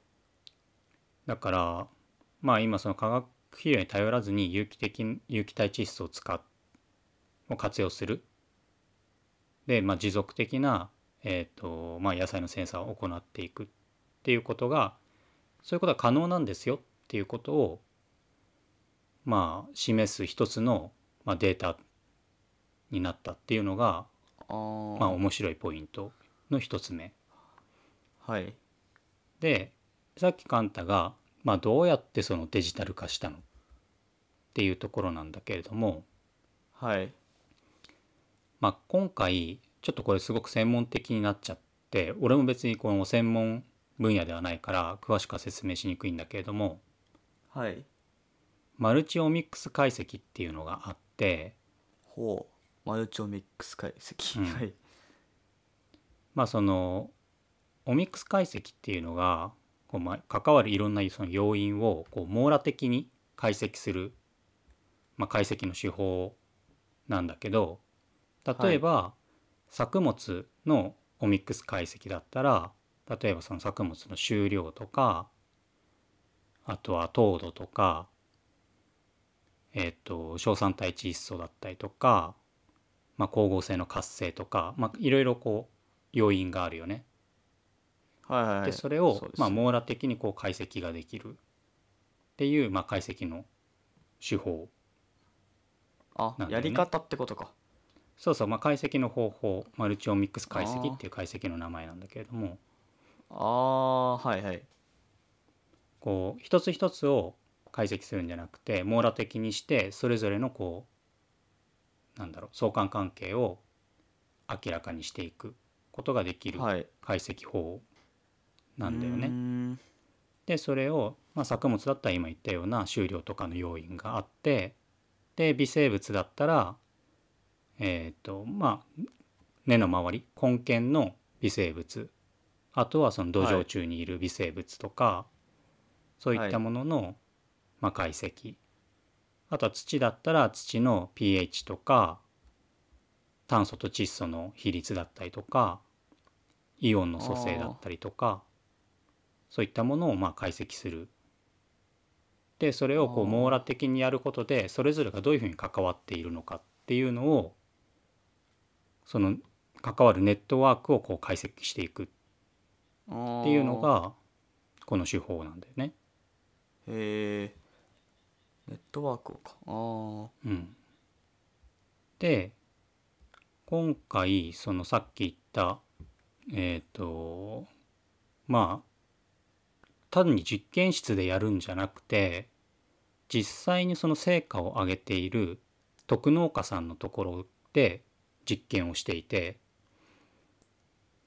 だからまあ今その化学肥料に頼らずに有機的有機体窒素を使っを活用するで、まあ、持続的な、えーとまあ、野菜の生産を行っていくっていうことがそういうことが可能なんですよっていうことをまあ示す一つの、まあ、データになったっていうのが、
あー、
まあ、面白いポイントの一つ目。
はい
でさっきカンタが、まあ、どうやってそのデジタル化したのっていうところなんだけれども、
はい
まあ、今回ちょっとこれすごく専門的になっちゃって俺も別にこの専門分野ではないから詳しくは説明しにくいんだけれども
はい
マルチオミックス解析っていうのがあって、
ほうマルチオミックス解析、
うん
はい
まあ、そのオミックス解析っていうのがこう、まあ、関わるいろんなその要因をこう網羅的に解析する、まあ、解析の手法なんだけど例えば、作物のオミックス解析だったら例えばその作物の収量とかあとは糖度とか、えっと硝酸体窒素だったりとか、まあ、光合成の活性とか、まあ、いろいろこう要因があるよね。
はいはいはい
でそれを、
うです
まあ、
ね
網羅的にこう解析ができるっていう、まあ、解析の手法
あ
なんだよ
や
ね
り方ってことか
そうそう、まあ、解析の方法マルチオミックス解析っていう解析の名前なんだけれども
ああーはいはい
こう一つ一つを解析するんじゃなくて網羅的にしてそれぞれのこうなんだろう相関関係を明らかにしていくことができる
はい
解析法なんだよね。
うーん
でそれを、まあ、作物だったら今言ったような収量とかの要因があってで微生物だったらえっ、とまあ根の周り根源の微生物あとはその土
は
壌
い
中にいる微生物とか、そういったものの、まあ、解析あとは土だったら土の pH とか炭素と窒素の比率だったりとかイオンの組成だったりとかそういったものをまあ解析する。でそれをこう
あー
網羅的にやることでそれぞれがどういうふうに関わっているのかっていうのをその関わるネットワークをこう解析していくっ
あー
ていうのがこの手法なんだよね。
へえネットワークをかあ
うん、で今回そのさっき言ったえっ、とまあ単に実験室でやるんじゃなくて実際にその成果を上げている特農家さんのところで実験をしていて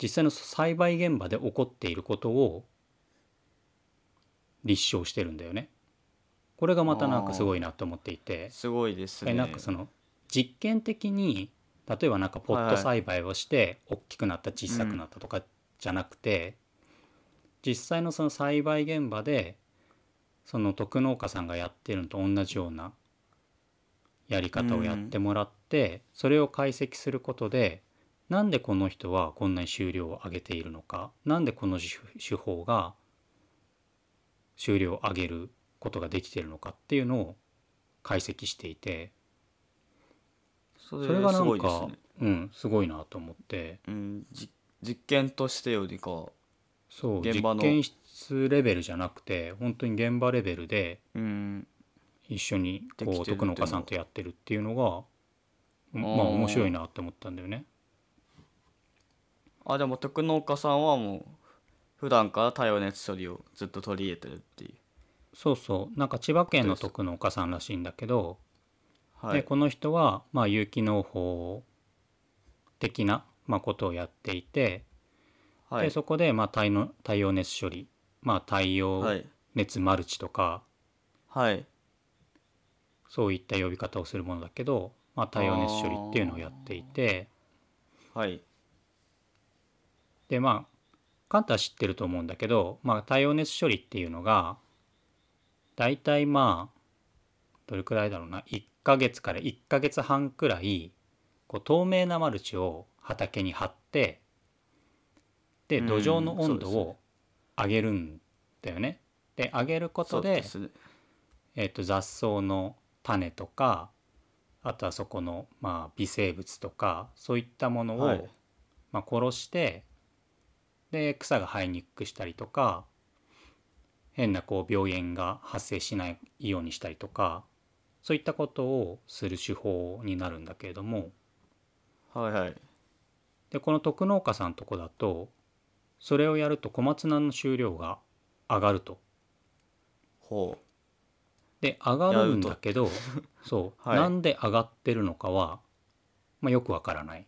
実際の栽培現場で起こっていることを立証してるんだよね。これがまたなんかすごいなと思っていて。
すごいです
え
ね。
なんかその実験的に例えばなんかポット栽培をして大きくなった小さくなったとかじゃなくて、実際のその栽培現場でその特農家さんがやってるのと同じようなやり方をやってもらって、それを解析することでなんでこの人はこんなに収量を上げているのかなんでこの手手法が収量を上げることができているのかっていうのを解析していて
そ
それがな
すご
ん
いです
か、
ね。
うんすごいなと思って
うん、じ実験としてよりか、
そう
現場
実
の
験室レベルじゃなくて本当に現場レベルで
うん、
一緒に
で
こ
き
う
てるって
徳
いうの
農家さんとやってるっていうのがうんまあ
あー
面白いなって思ったんだよね。
あでも特農家さんはもう普段から太陽熱処理をずっと取り入れてるっていう。
そうそうなんか千葉県の徳農家さんらしいんだけど、
は
で
い。
この人は、まあ、有機農法的な、まあ、ことをやっていて、
は
で
い。
そこで、まあ、太陽太陽熱処理、まあ、太
は
陽
い。
熱マルチとか、
はい。
そういった呼び方をするものだけど、まあ、太陽熱処理っていうのをやっていて
はい。
でまあカンタは知ってると思うんだけど、まあ、太陽熱処理っていうのが大体まあどれくらいだろうな1ヶ月から1ヶ月半くらいこう透明なマルチを畑に張ってで
うん
土壌の温度
そうです
を上げるんだよね。で上げることで
そうですね
えー、と雑草の種とかあとはそこの、まあ、微生物とかそういったものを、
はい
まあ、殺してで草が生えにくくしたりとか変なこう病原が発生しないようにしたりとかそういったことをする手法になるんだけれども
はいはい。
でこの徳農家さんのとこだとそれをやると小松菜の収量が上がると。
ほう。
で上がるんだけど <laughs> そう、
はい
なんで上がってるのかは、まあ、よくわからない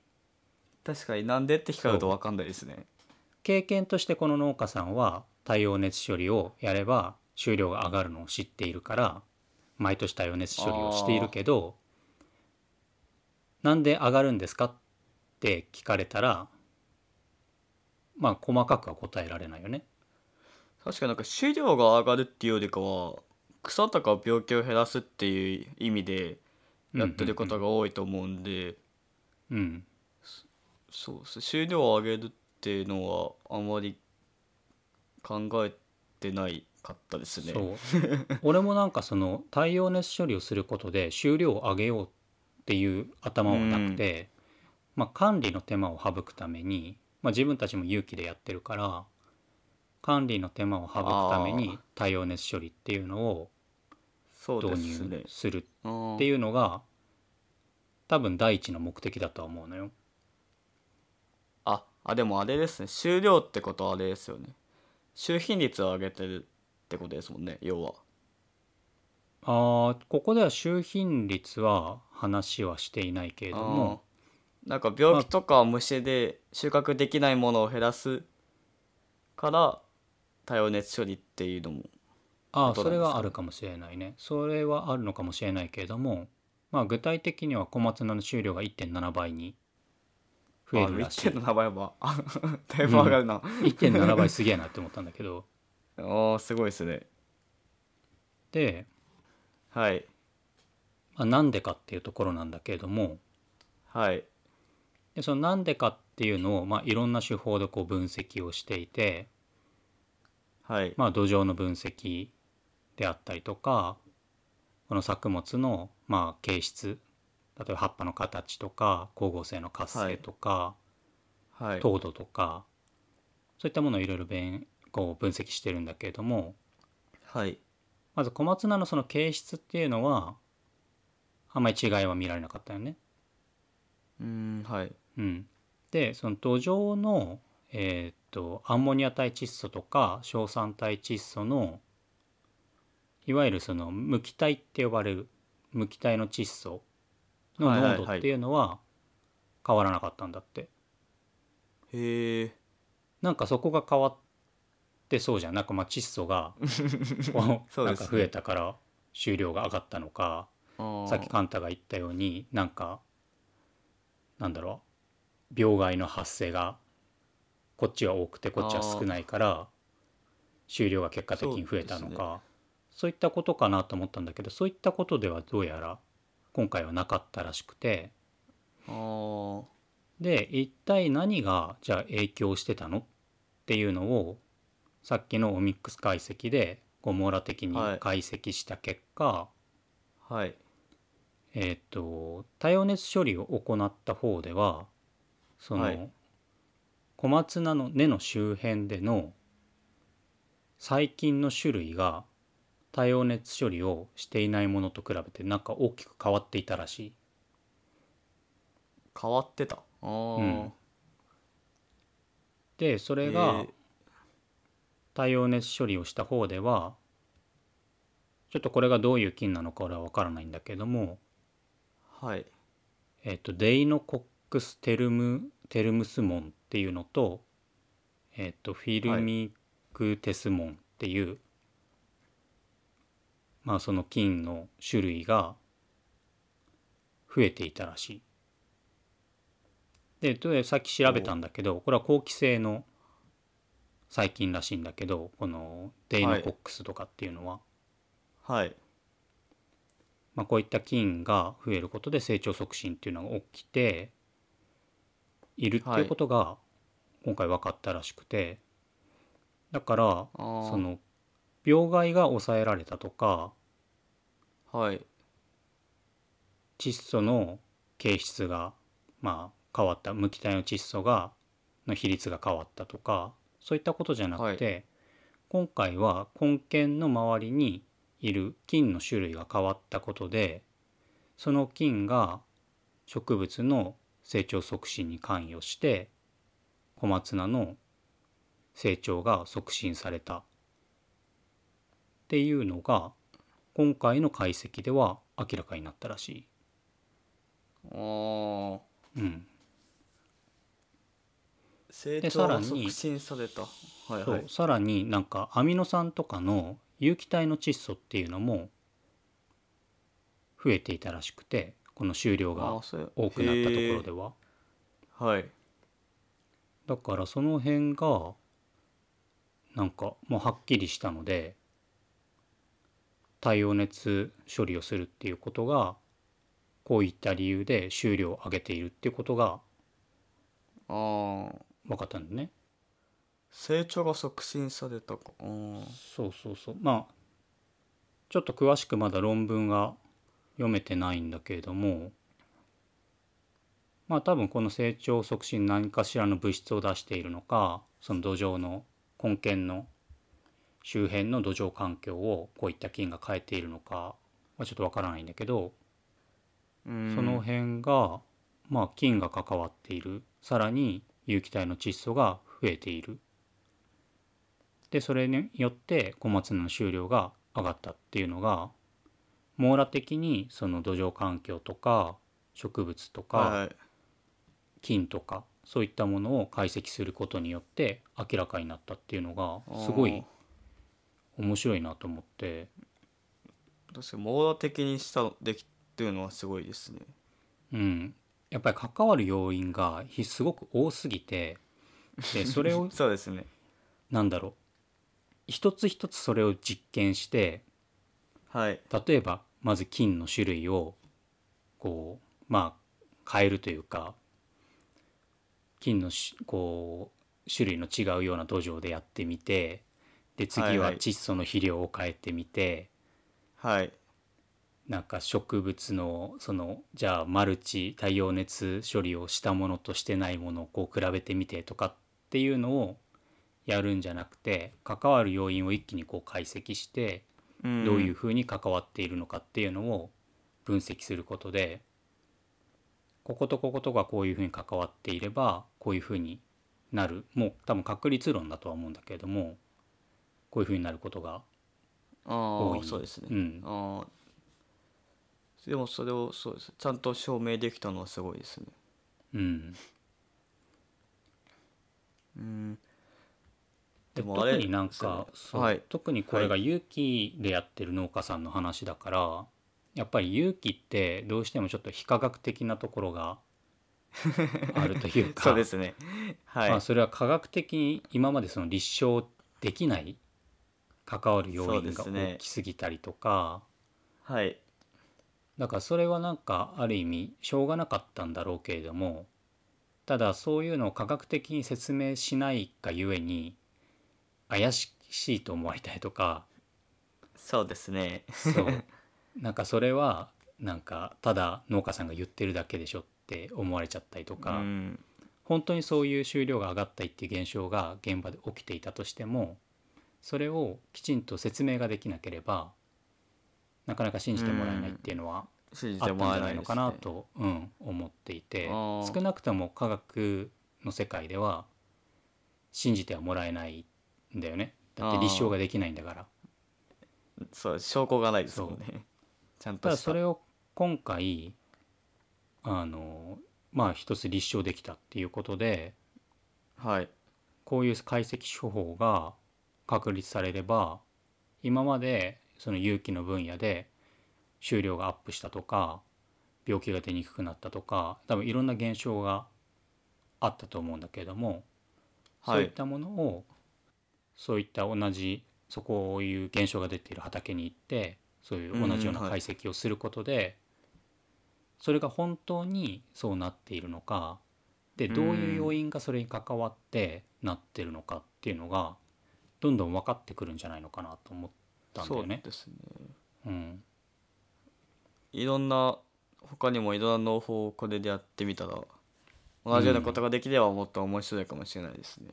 確かになんでって聞かれると分かんないですね。
経験としてこの農家さんは太陽熱処理をやれば収量が上がるのを知っているから毎年太陽熱処理をしているけどなんで上がるんですかって聞かれたらまあ細かくは答えられないよね。
確かになんか飼料が上がるっていうよりかは草とか病気を減らすっていう意味でやってることが多いと思うんで、
うんうんうん、うん
そうっす収量を上げるっていうのはあまり考えてないかったですね。
そう <laughs> 俺もなんかその太陽熱処理をすることで収量を上げようっていう頭はなくて、まあ、管理の手間を省くために、まあ、自分たちも勇気でやってるから管理の手間を省くため
あ
に
ー
太陽熱処理っていうのを
そうで
導
すね
入。する
っ
って
う
いうのが多分第一の目的だとは思うのよ。
んああでもあれですね収量ってことはあれですよね収品率を上げてるってことですもんね要は。
あーここでは収品率は話はしていないけれども
あーなんか病気とか虫で収穫できないものを減らすから多様熱処理っていうのも
ああ
こと
そ
なん
れ
ですか
はあるかもしれないねそれはあるのかもしれないけれどもまあ具体的には小松菜の収量が1.7倍に増えるらしい
あ1.7倍は <laughs> あだいぶ上がるな、
1.7倍すげえなって思ったんだけど
ああすごいですね
で、
はい
まあ、なんでかっていうところなんだけれども
はい
でそのなんでかっていうのを、まあ、いろんな手法でこう分析をしていて、
はい、
まあ、土壌の分析であったりとかこの作物のまあ形質例えば葉っぱの形とか光合成の活性とか、
はい
糖度とかそういったものをいろいろ弁こう分析してるんだけれども
はい
まず小松菜のその形質っていうのはあんまり違いは見られなかったよね。
うーんはい
うん、でその土壌の、えーっとアンモニア体窒素とか硝酸体窒素のいわゆるその無機体って呼ばれる無機体の窒素の
はいはいは
濃
い
度っていうのは変わらなかったんだって、
へえ
なんかそこが変わってそうじゃんなんかまあ窒素
<laughs>
がこう
そう
な
ですね
んか増えたから収量が上がったのかさっきカンタが言ったようになんかなんだろう病害の発生がこっちは多くてこっちは少ないから収量が結果的に増えたのか
そ
そう,、いったことかなと思ったんだけどそういったことではどうやら今回はなかったらしくて
あー
で一体何がじゃあ影響してたのっていうのをさっきのオミックス解析でこう網羅的に
はい
解析した結果、
はい
えーっと多様熱処理を行った方ではその、
はい
小松菜の根の周辺での細菌の種類が多様熱処理をしていないものと比べてなんか大きく変わっていたらしい。
変わってたああ、
うんでそれが
へえ
多様熱処理をした方ではちょっとこれがどういう菌なのか俺は分からないんだけども、
はい
えっと、デイノコックステルムテルムスモンっていうのと、えっと、フィルミクテスモンっていう、まあその菌の種類が増えていたらしい。でとさっき調べたんだけどこれは好気性の細菌らしいんだけどこのデイノコックスとかっていうのは、
はい
まあ、こういった菌が増えることで成長促進っていうのが起きているっていうことが今回分かったらしくて、だから
あー
その病害が抑えられたとか
はい
窒素の形質がまあ変わった無機体の窒素がの比率が変わったとかそういったことじゃなくて、今回は根源の周りにいる菌の種類が変わったことでその菌が植物の成長促進に関与して小松菜の成長が促進されたっていうのが今回の解析では明らかになったらしい。
あー
うん、
成
で
長
さら
が
に
促進されたはい
そ
は
う
い
さらになんかアミノ酸とかの有機体の窒素っていうのも増えていたらしくてこの収量
あ
が
ーそれ
多くなったところ
へ
では
ーはい
だからその辺がなんかもうはっきりしたので太陽熱処理をするっていうことがこういった理由で収量を上げているっていうことが
あー
分かったんだね。
成長が促進されたかあー
そうそうそうまあちょっと詳しくまだ論文が読めてないんだけれどもまあ多分この成長促進何かしらの物質を出しているのかその土壌の根源の周辺の土壌環境をこういった菌が変えているのかはちょっとわからないんだけど
うん
その辺がまあ菌が関わっているさらに有機体の窒素が増えているでそれによって小松菜の収量が上がったっていうのが網羅的にその土壌環境とか植物と
はい
か
はい
菌とかそういったものを解析することによって明らかになったっていうのがすごい面白いなと思って
あー確かに網羅的にしたできてるのはすごいですね
うん、やっぱり関わる要因がひすごく多すぎてでそれを
そうですね
なんだろう一つ一つそれを実験して
はい
例えばまず菌の種類をこうまあ変えるというか菌のしこう種類の違うような土壌でやってみてで
は
次
いは
はい窒素の肥料を変えてみて、
はい
なんか植物のそのじゃあマルチ太陽熱処理をしたものとしてないものをこう比べてみてとかっていうのをやるんじゃなくて関わる要因を一気にこう解析して
どう
どういうふうに関わっているのかっていうのを分析することでこことこことがこういうふうに関わっていればこういうふうになるもう多分確率論だとは思うんだけれどもこういうふうになることが
あ
多
あ
い
そうですね、
うん
ああでもそれをそうですちゃんと証明できたのはすごいですね
うん
うん
で
でもあれ
特になん
そ
か
う
そう
はい
特にこれが勇気でやってる農家さんの話だから、やっぱり勇気ってどうしてもちょっと非科学的なところ
<laughs>
があるというか
そうですねはい、
まあ、それは科学的に今までその立証できない関わる要因が
そうですね
大きすぎたりとか、
はい
だからそれはなんかある意味しょうがなかったんだろうけれどもただそういうのを科学的に説明しないがゆえに怪しいと思われたりとか
そうですね
そう
<laughs>
なんかそれはなんかただ農家さんが言ってるだけでしょって思われちゃったりと
う
か、
ん
本当にそういう収量が上がったりっていう現象が現場で起きていたとしてもそれをきちんと説明ができなければなかなか信じてもらえないっていうのは
信じ
あってたんじ
もら
ゃ
えな
ない
い
の
です
か
ね
なと、うん、思っていて
あー
少なくとも科学の世界では信じてはもらえないんだよねだって立証ができないんだから。
そう証拠がないですもんね <laughs> ちゃん
た
と
だ
した
それを今回あのまあ一つ立証できたっていうことで
はい
こういう解析手法が確立されれば今までその有機の分野で収量がアップしたとか病気が出にくくなったとか多分いろんな現象があったと思うんだけれども、
は
そういっ
い
たものをそういった同じそこういう現象が出ている畑に行ってそういう同じような
うんうんは
解
い
析をすることで、それが本当にそうなっているのかでどういう要因がそれに関わってなってるのかっていうのがどんどん分かってくるんじゃないのかなと思ったんだ
そ
よ
う
ね。
ですね
うん、
いろんな他にもいろんな農法をこれでやってみたら同じようなことができればもっと面白いかもしれないですね、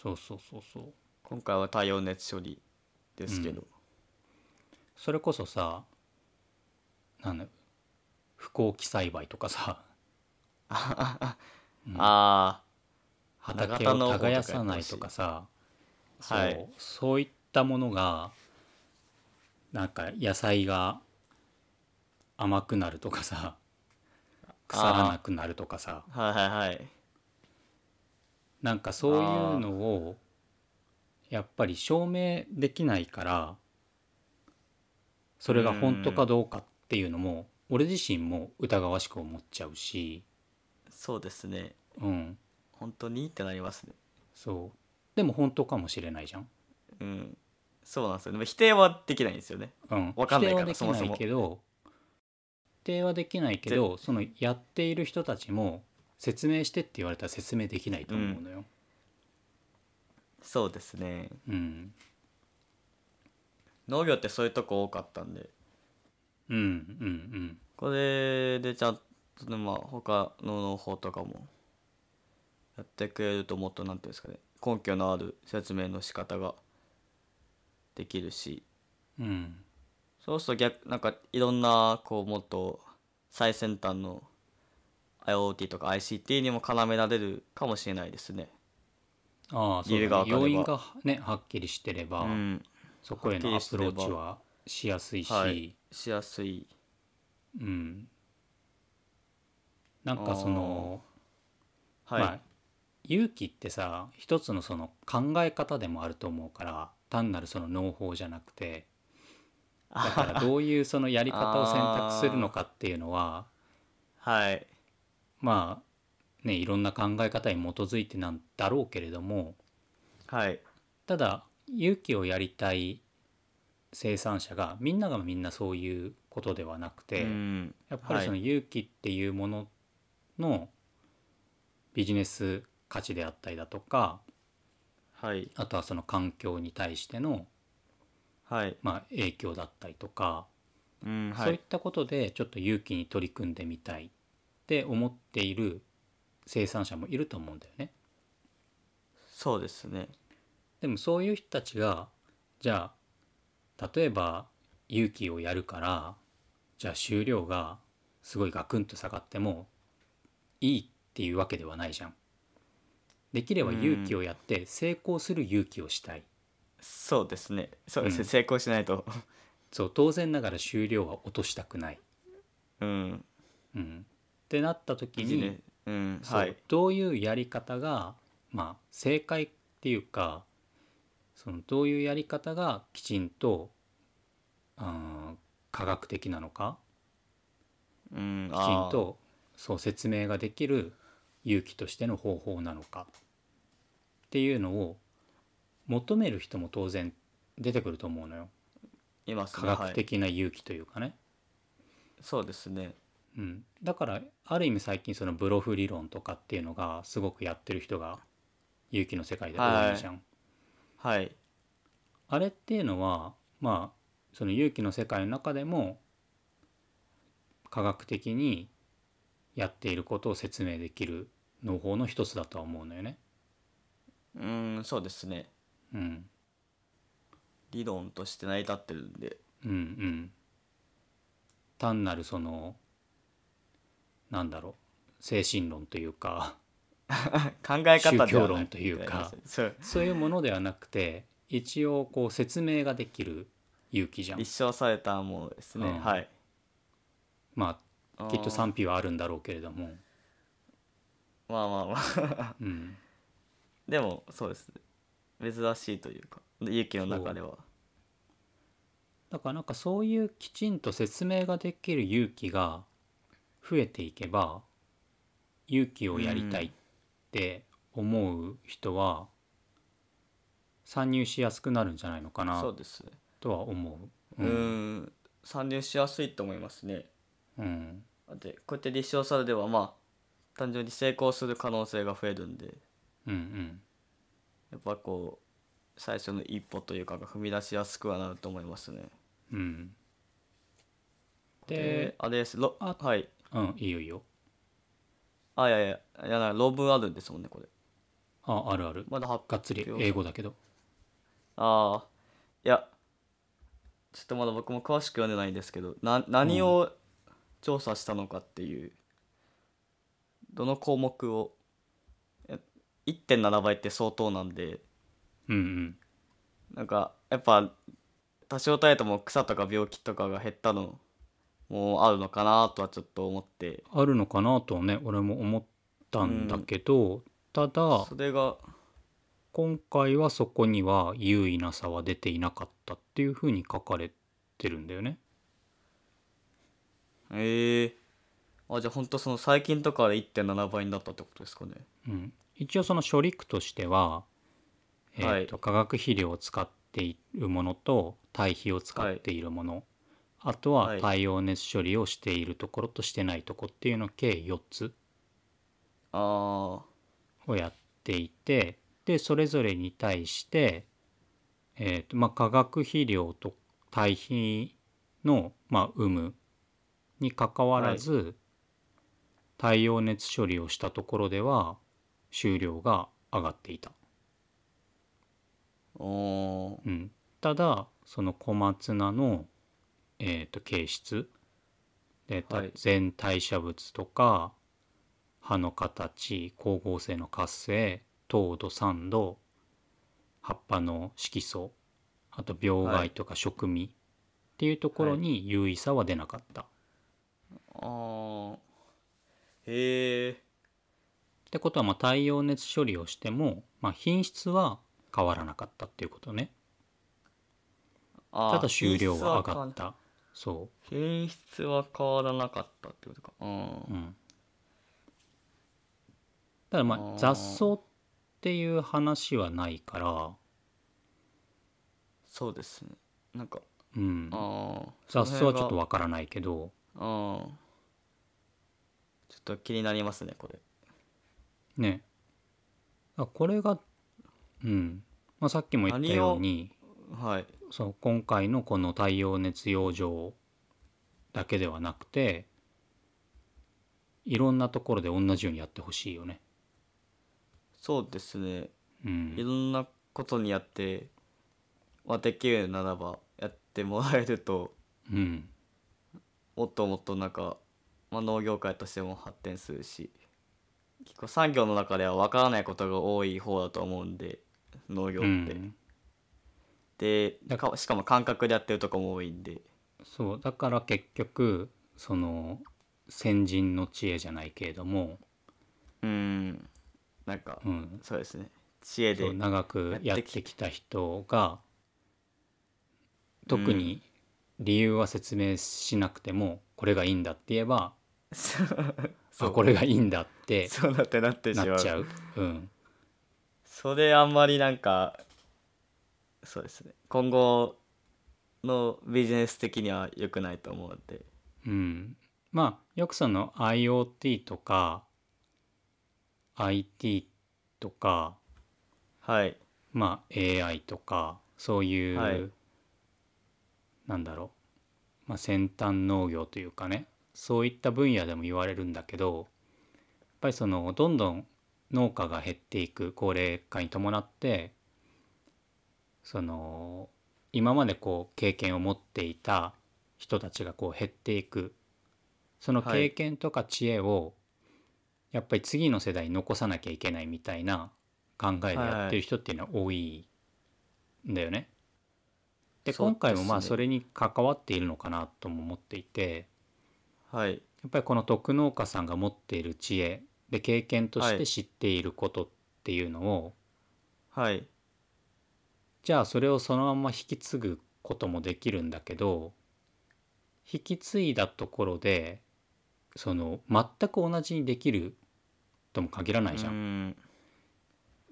そうそうそうそう
今回は太陽熱処理ですけど、
それこそさなんだ不幸期栽培とかさ
あ
うん
あ
畑を耕さないとかさそう,、
はい
い、そういったものがなんか野菜が甘くなるとかさ腐らなくなるとかさ
ーはいはいはい
なんかそういうのをやっぱり証明できないからそれが本当かどうかっていうのも俺自身も疑わしく思っちゃうし、
そうですね
うん、
本当にってなりますね
そうでも本当かもしれないじゃん。
うんそうなんですよでも否定はできないんですよね
うん、
わかんないから
否定はできないけど否定はできないけどそのやっている人たちも説明してって言われたら説明できないと思うのよ。
そうですね
うん、
農業ってそういうとこ多かったんで
うん、うん、
これでちゃんとねまあ他の農法とかもやってくれるともっとなんていうんですかね根拠のある説明の仕方ができるし
うん、うん、
そうすると逆なんかいろんなこうもっと最先端の IoT とか ICT にも絡められるかもしれないですね。
ああそう
理由
だ、ね、
がわかれば
要因がねはっきりしてれば、
うん、
そこへの
は
ア
っきり
プ
してれ
ロ
ば
ーチはしやすいし、
はいしやすい。
うん、なんかその
はい、
まあ勇気ってさ一つのその考え方でもあると思うから単なるその農法じゃなくてだからどういうそのやり方を選択するのかっていうのは
はい
まあねいろんな考え方に基づいてなんだろうけれども
はい
ただ勇気をやりたい生産者がみんながみんなそういうことではなくて、
うん
やっぱりその
はい
勇気っていうもののビジネス価値であったりだとか
はい
あとはその環境に対しての、
はい、
まあ、影響だったりとか、
うんは
そういっ
い、
たことでちょっと勇気に取り組んでみたいって思っている生産者もいると思うんだよね。
そうですね。
でもそういう人たちがじゃあ例えば勇気をやるからじゃあ収量がすごいガクンと下がってもいいっていうわけではないじゃんできれば
うん
勇気をやって成功する勇気をしたい
そうですねそうですね、
うん
成功しないと
そう当然ながら終了は落としたくない、
うん
うん、ってなった時
ビジネ
に
スうん
そう
はい
どういうやり方が、まあ、正解っていうかそのどういうやり方がきちんと、うん、科学的なのか
うん
きちんとそう説明ができる勇気としての方法なのかっていうのを求める人も当然出てくると思うのよ
今す
科
ね
学
はい、
的な勇気というかね、
そうですね
うん、だからある意味最近そのブロフ理論とかっていうのがすごくやってる人が勇気の世界で多いじゃん、
はい
あれっていうのはまあその勇気の世界の中でも科学的にやっていることを説明できる農法の一つだとは思うのよね。
うんそうですね
うん、
理論として成り立ってるんで
うん、うん。単なるそのなんだろう精神論というか <laughs>
考え方ではない
宗教論というか
そう
そういうものではなくて一応こう説明ができる勇気じゃん
立。証されたものですね、
うん
はい
まあきっと
あー
賛否はあるんだろうけれども。
まあまあ <laughs> まあ
うん
でもそうですね珍しいというか勇気の中では
だからなんかそういうきちんと説明ができる勇気が増えていけば勇気をやりたいって思う人は参入しやすくなるんじゃないのか
そう
な
ですね
とは思う。
うーん参入しやすいと思いますね
うん
だってこうやって立証されればまあ単純に成功する可能性が増えるんで
うんうん
やっぱこう最初の一歩というかが踏み出しやすくはなると思いますね
うん。
で
で、
あれですろ
あ
はい
うん、いいよいいよ。
あいやいやいやな論文あるんですもんねこれ
あ、あるある。
まだ発
がっつり
表
英語だけど。
ああいやちょっとまだ僕も詳しく読んでないんですけどな何を調査したのかっていう、どの項目をえ1.7倍って相当なんで
うんうん。
なんかやっぱ多少たりとも草とか病気とかが減ったのもあるのかなとはちょっと思って
あるのかなとはね、俺も思ったんだけど、ただ、
それが
今回はそこには優位な差は出ていなかったっていうふうに書かれてるんだよね。
ええあじゃあほんとその最近とかで1.7倍になったってことですかね
うん、一応その処理区としては、え
はい
ーと化学肥料を使っているものと堆肥を使っているもの、あとは
はい
太陽熱処理をしているところとしてないとこっていうの計4つ
ああ
をやっていてでそれぞれに対して、えーとまあ、化学肥料と堆肥の、まあ、有無にかかわらず、太陽熱処理をしたところでは収量が上がっていた。
おー
うん、ただその小松菜の、えー、と形質で、た
はい
全代謝物とか葉の形光合成の活性糖度酸度葉っぱの色素あと病害とか食味、っていうところに優位差は出なかった。
ああへえ
ってことはまあ太陽熱処理をしても、まあ、品質は変わらなかったっていうことね。
あ
た
ー
だ終了は上
品
が
質
っ
変わ
た。そ
品質は変わらなかったってことかうん
う。うん。ただま
あ
あ
ー
雑草っていう話はないから、
そうですねなんか
うん。
ああ
雑草はちょっとわからないけど、
うんちょっと気になりますねこれ
ね。あこれが、うん。まあ、さっきも言ったように、
はい
そう今回のこの太陽熱養生だけではなくていろんなところで同じようにやってほしいよね。
そうですね
う
い
ん、
ろんなことにやって、まあ、できるならばやってもらえると
うん、
もっともっとなんか、まあ、農業界としても発展するし結構産業の中では分からないことが多い方だと思うんで農業っ
う
て、
ん、
で
だか
かしかも感覚でやってるとこも多いんで
そうだから結局その先人の知恵じゃないけれども、
うんなんか、
うん、
そうですね知恵で
そう長くやってきた人が特に理由は説明しなくてもこれがいいんだって言えば
そ
あ
う
これがいいんだって
<laughs> そうなってなってしまう
なっちゃう。うん
それあんまりなんかそうですね今後のビジネス的には良くないと思うので
うん、まあよくその IoT とか IT とか、
はい
まあ、AI とかそういう、
はい
なんだろう、まあ、先端農業というかねそういった分野でも言われるんだけどやっぱりそのどんどん農家が減っていく高齢化に伴ってその今までこう経験を持っていた人たちがこう減っていくその
はい
経験とか知恵をやっぱり次の世代に残さなきゃいけないみたいな考えでやってる人っていうのは多いんだよね。で
そうですね
今回もまあそれに関わっているのかなとも思っていて
はい
やっぱりこの徳農家さんが持っている知恵で経験とし
は
て
い
知っていることっていうのを、
はい
じゃあそれをそのまま引き継ぐこともできるんだけど引き継いだところでその全く同じにできるとも限らないじゃ。
うんん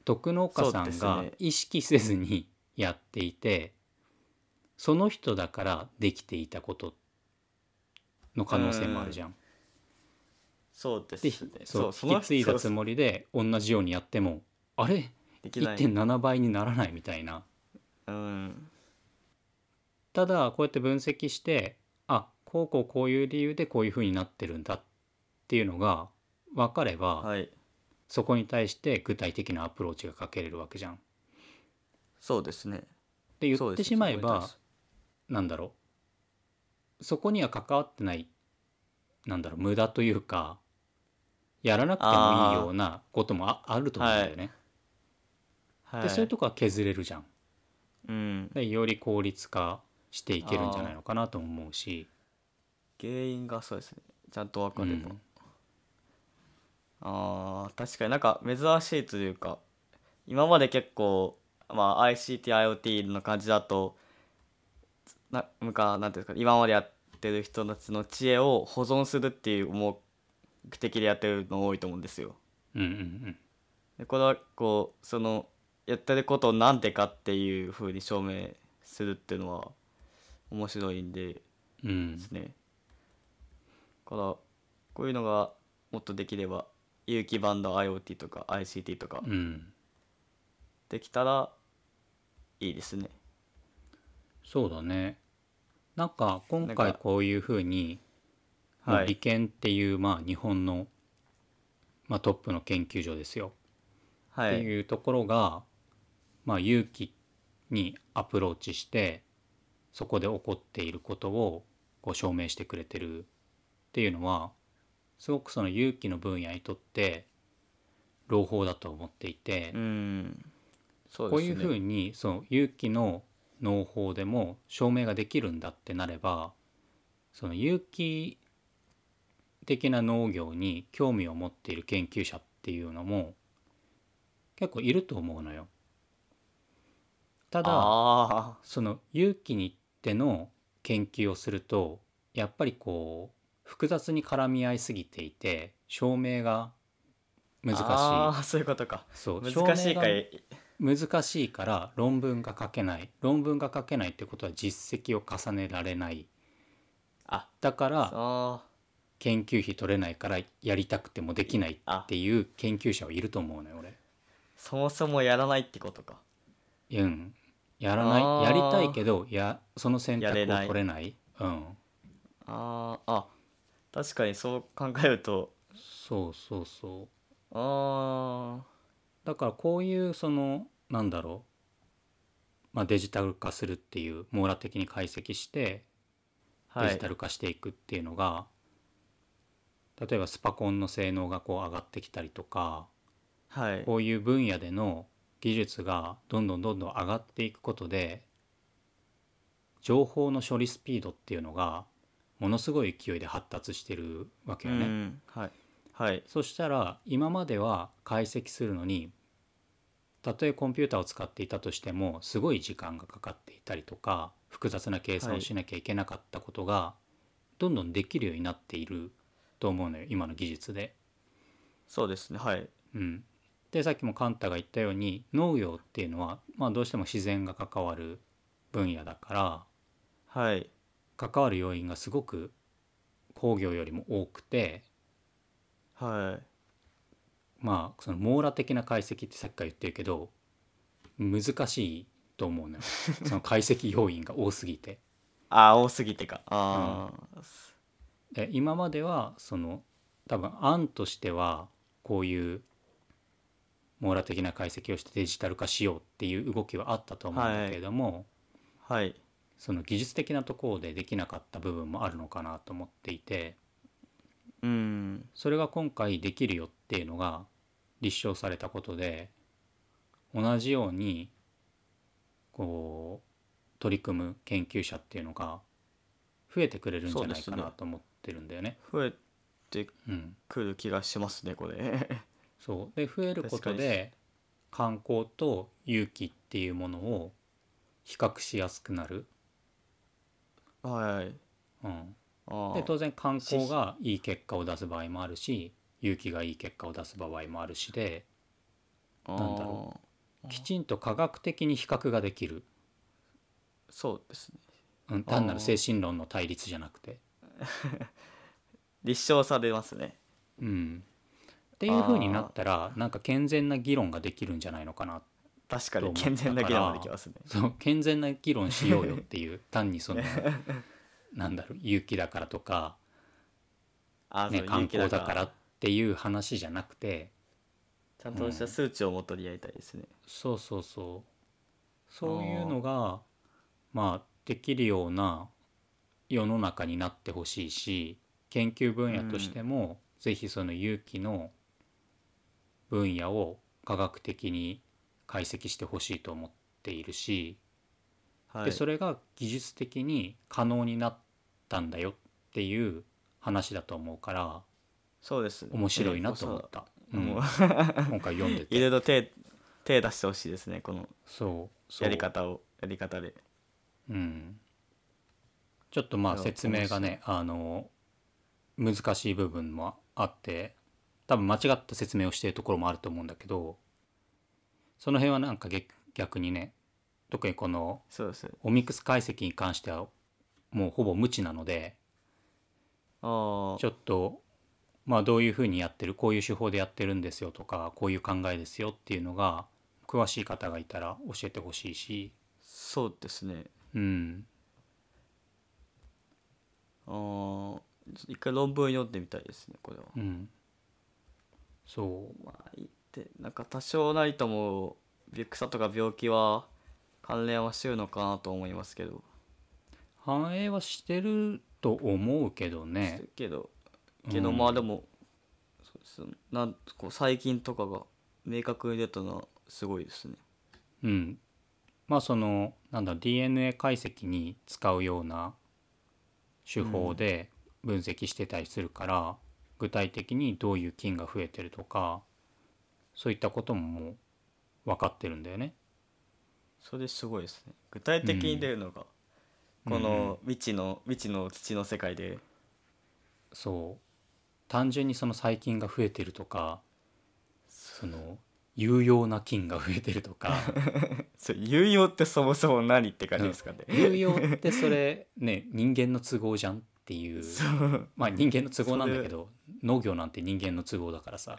徳農家さ
そうで
ん
す
が
ね
意識せずにやっていてその人だからできていたことの可能性もあるじゃん。
そうです
で
ね
そう引き継いだつ
も
もりで同じようにやってもあれ
できない
1.7倍にならないみたいな。
うん
ただこうやって分析してあこうこうこういう理由でこういうふうになってるんだっていうのが分かれば、
はい
そこに対して具体的なアプローチがかけれるわけじゃん。
そうですね
で言
そう
っ
で
て
す
しまえ
そう思い
ば
ます
なんだろうそこには関わってないなんだろう無駄というかやらなくてもいいようなこともああると思うんだよね。
はい
でそういうとこは削れるじゃん。
うん
でより効率化していけるんじゃないのかなとも思うし。
原因がそうですねちゃんと分かれば、
うん
あー確かになんか珍しいというか今まで結構、まあ、ICTIoT の感じだとななんかなんていうんですか今までやってる人たちの知恵を保存するっていう目的でやってるの多いと思うんですよ。
うんうん
でこれはこうそのやってることをなんでかっていうふうに証明するっていうのは面白いんで
うんうん
ですね。だからこういうのがもっとできれば有機バンド IoT とか ICT とか
うん、
できたらいいですね。
そうだねなんか今
なん
回
か
こういうふうに、まあ
は
理
い。
研っていうまあ日本の、まあ、トップの研究所ですよ、
は
って
い。
いうところが、まあ、勇気にアプローチしてそこで起こっていることをこう証明してくれてるっていうのはすごくその勇気の分野にとって朗報だと思っていて。
うん。そう
こ
で
う
す
い
ね。
うふうにその有機の農法でも証明ができるんだってなればその有機的な農業に興味を持っている研究者っていうのも結構いると思うのよ。ただ
あ
その有機に行っての研究をするとやっぱりこう複雑に絡み合いすぎていて証明が
あ。
難
あ
しい。
あ、そういうことか。
そう証明が
難しいかい。
難しいから論文が書けない論文が書けないってことは実績を重ねられない
あ、
だから
あ
研究費取れないからやりたくてもできないっていう研究者はいると思うのよ俺
そもそもやらないってことか。
うんやらない
あー
やりたいけどやその選択を
やれ
取
ない
れないうん
ああ、あ。確かにそう考えると。
そうそうそう
あ
だからこういうそのなんだろう、まあ、デジタル化するっていう網羅的に解析して
あ。は
デ
い。
ジタル化していくっていうのが、例えばスパコンの性能がこう上がってきたりとか
はい
こういう分野での技術がどんどんどんどん上がっていくことで情報の処理スピードっていうのがものすごい勢いで発達してるわけ
う
よね。
んはいはい
そしたら今までは解析するのにたとえコンピューターを使っていたとしてもすごい時間がかかっていたりとか複雑な計算をしなきゃいけなかったことがどんどんできるようになっていると思うのよ今の技術で。
そうですねはい
うん、でさっきもカンタが言ったように農業っていうのは、まあ、どうしても自然が関わる分野だから
はい
関わる要因がすごく工業よりも多くて
はい
まあその網羅的な解析ってさっきから言ってるけど難しいと思う
<laughs>
のよその解析要因が多すぎて。
ああ多すぎてかああ、
で今まではその多分案としてはこういう網羅的な解析をしてデジタル化しようっていう動きはあったと思うんだけれども、
はい
その技術的なところでできなかった部分もあるのかなと思っていて
うん
それが今回できるよっていうのが立証されたことで同じようにこう取り組む研究者っていうのが増えてくれるんじゃないか
そうです
な
ね
と思ってるんだよね。
増えて
うん、
くる気がしますねこれ <laughs>
そうで増えることで観光と勇気っていうものを比較しやすくなる。
はい
うん、
あ
で
あ
当然観光がいい結果を出す場合もあるし勇気がいい結果を出す場合もあるしでなんだろ
あー
きちんと科学的に比較ができる、
うそうですね
うん、単なる精神論の対立じゃなくて、
立証されますね
うん、っていう風になったらなんか健全な議論ができるんじゃないのかな
確か
どう
に
思
健全な議論
だから
ができますね <laughs>
そう健全な議論しようよっていう単にそのなんだろう勇気だからとか、
ああ
ね、
そう
観
勇気
光だからっていう話じゃなくて
ちゃんとした数値をもとにやりたいですね、
そうそうそうそういうのがまあできるような世の中になってほしいし研究分野としても、ぜひその勇気の分野を科学的に解析してほしいと思っているし、
はい
でそれが技術的に可能になったんだよっていう話だと思うから
そうですね
面白いなと思っ
え
た、
え
うん
もう
今回読んで
<laughs> いろい
て
ろ手手出してほしいですねこの
そうそう
やり方をやり方で
うん、ちょっとまあ
そう
説明がねあの難しい部分もあって多分間違った説明をしているところもあると思うんだけどその辺はなんか逆逆にね特にこの
そうですね
オミクス解析に関してはもうほぼ無知なので
あ
ちょっとまあどういうふうにやってるこういう手法でやってるんですよとかこういう考えですよっていうのが詳しい方がいたら教えてほしいし
そうですね
うん
あー一回論文読んでみたいですねこれは、
うんそう
まあいいってなんか多少なりともビクサとか病気は関連はしてるのかなと思いますけど、
反映はしてると思うけど
し
ね
てけど
うん
けどまあでも、そうですなんこう最近とかが明確に出たのはすごいですね
うんまあそのなんだろう DNA 解析に使うような手法で分析してたりするから、具体的にどういう菌が増えてるとかそういったことももう分かってるんだよね。
それすごいですね具体的に出るのが、この未知の未知の土の世界で
そう単純にその細菌が増えてるとかその有用な菌が増えてるとか。
そう有用ってそもそも何って感じですかね、
<laughs> 有用ってそれね人間の都合じゃんっていう
そう
まあ人間の都合なんだけど農業なんて人間の都合だから
<laughs>
さ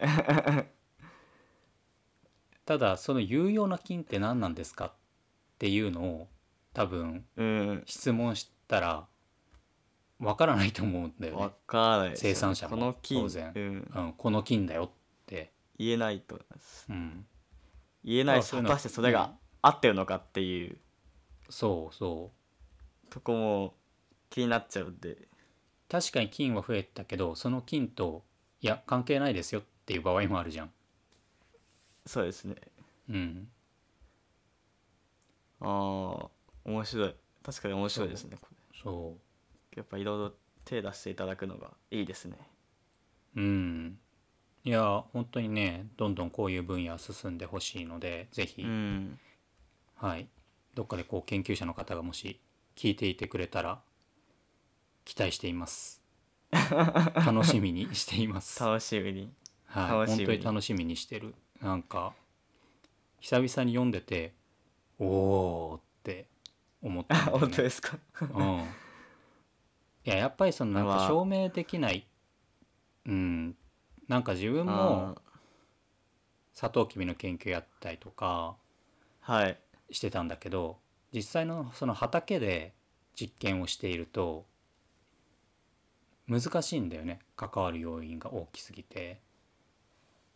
ただその有用な菌って何なんですかっていうのを多分
<laughs> うん
質問したらわからないと思うんだよね
わ、からないですよね
生産者も
この金
当然
うん、
うん、この菌だよって、
言えないと
うん、
言えない
あ
し
そうい
果
うの
たしてそれ
う
が
ん
合ってるのかっていう
そうそう
とこも気になっちゃうんで
確かに菌は増えたけどその菌といや関係ないですよっていう場合もあるじゃん。
そうですね
うん、
ああ面白い確かに面白いですねこれ
そ
やっぱいろいろ手出していただくのがいいですね
う、うん、いや本当にねどんどんこういう分野進んでほしいのでぜひ、
うん
はい、どっかでこう研究者の方がもし聞いていてくれたら期待してい
<laughs>
ます。楽しみにしています。
楽しみに
はい、
楽しみ
本当に楽しみにしてるなんか久々に読んでておおーって思った
<laughs>
んだよね、
本当ですか
うん、いややっぱりそのなん
ま
か
あ
証明できない、うんなんか自分もサトウキビの研究やったりとか
あーはい
してたんだけど実際のその畑で実験をしていると難しいんだよね関わる要因が大きすぎて。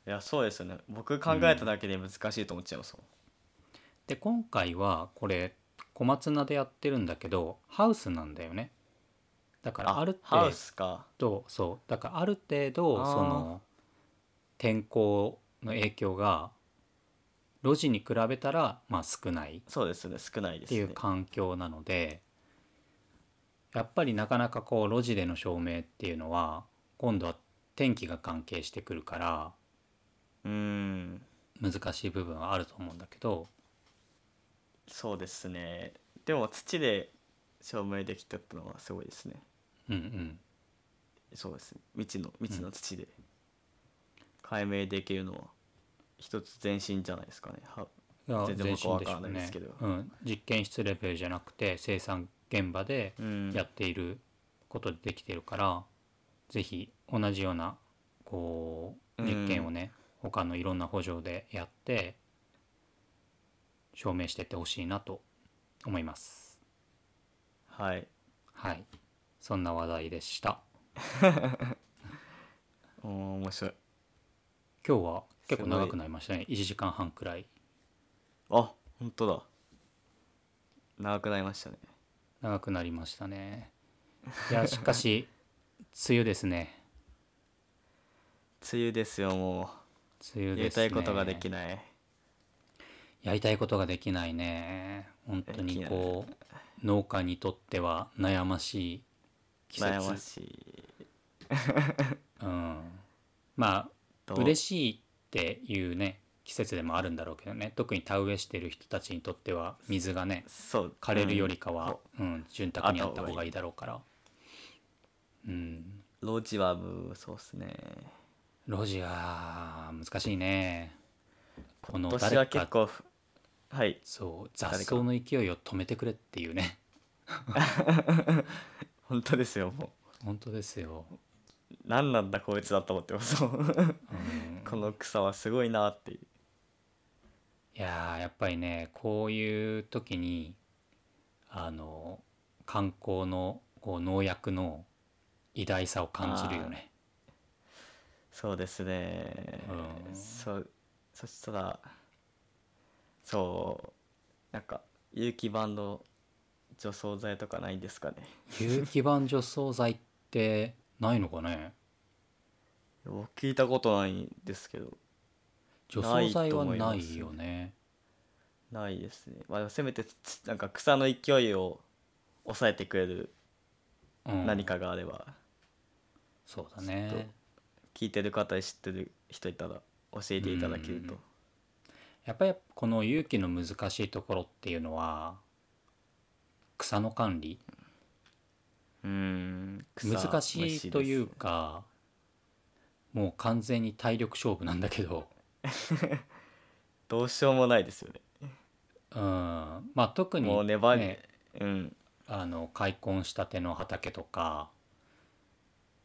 いやそうですよね僕考えただけで難しいと思っちゃいますもん
で今回はこれ小松菜でやってるんだけどハウスなんだよねだからある
ハ
程
ウスか
度そうだからある程度
あー
その天候の影響が路地に比べたらまあ少ない
そうですね少ないで
っ
す
てい
ね
う環境なのでやっぱりなかなかこう路地での照明っていうのは今度は天気が関係してくるから
うん
難しい部分はあると思うんだけど
そうですねでも土で証明できたってのはすごいですね
うんうん
そうですね未知の未知の土で解明できるのは一つ前進じゃないですかねはい
や
全然僕は分からないですけど
前進でしょうねうん、実験室レベルじゃなくて生産現場で
うん
やっていることでできてるから、ぜひ同じようなこう
うん
実験をね、他のいろんな補助でやって証明していってほしいなと思います
はい
はいそんな話題でした
おー面白い
今日は結構
すごい
長くなりましたね1時間半くらい
あ本当だ長くなりましたね
長くなりましたねいやしかし梅雨ですね
梅雨ですよも
梅雨
う
ですね
や <laughs> りたいことができない
やりたいことができないね本当にこう農家にとっては悩ましい季節
悩ましい
うん、まあ
と
嬉しいっていうね季節でもあるんだろうけどね特に田植えしてる人たちにとっては水がね
そう
枯れるよりか
うん
は
こ、
うん潤沢にあった方がいいだろうからうん
うロジはもうそうですね
路地は難しいねこの
今年は
誰
結
か
構ふはい
そう雑
誰
草
か
の勢いを止めてくれっていうね
本当ですよも
本当ですよ、
う何なんだこいつだと思ってますもう
うん、
この草はすごいなっていう
いやーやっぱりねこういう時にあの観光のこう農薬の偉大さを感じるよね。
そうですね
うん
そそしたらそうなんか有機版の除草剤とかないんですかね
有機版除草剤ってないのかね
僕聞いたことないんですけど
除草
な
剤
いと
は
思いま
な
す
いよね。
ないですねまあせめてつなんか草の勢いを抑えてくれる
うん、
何かがあれば、
そうだ
ちょっ
ね
と。聞いてる方で知ってる人いたら教えていただけると、
うんやっぱりこの有機の難しいところっていうのは草の管理
うん
難しいという
か
か、もう完全に体力勝負なんだけど。
どうしようもないですよね
うんまあ特に、
もう粘り、
ね
うん
あの開墾したての畑とか、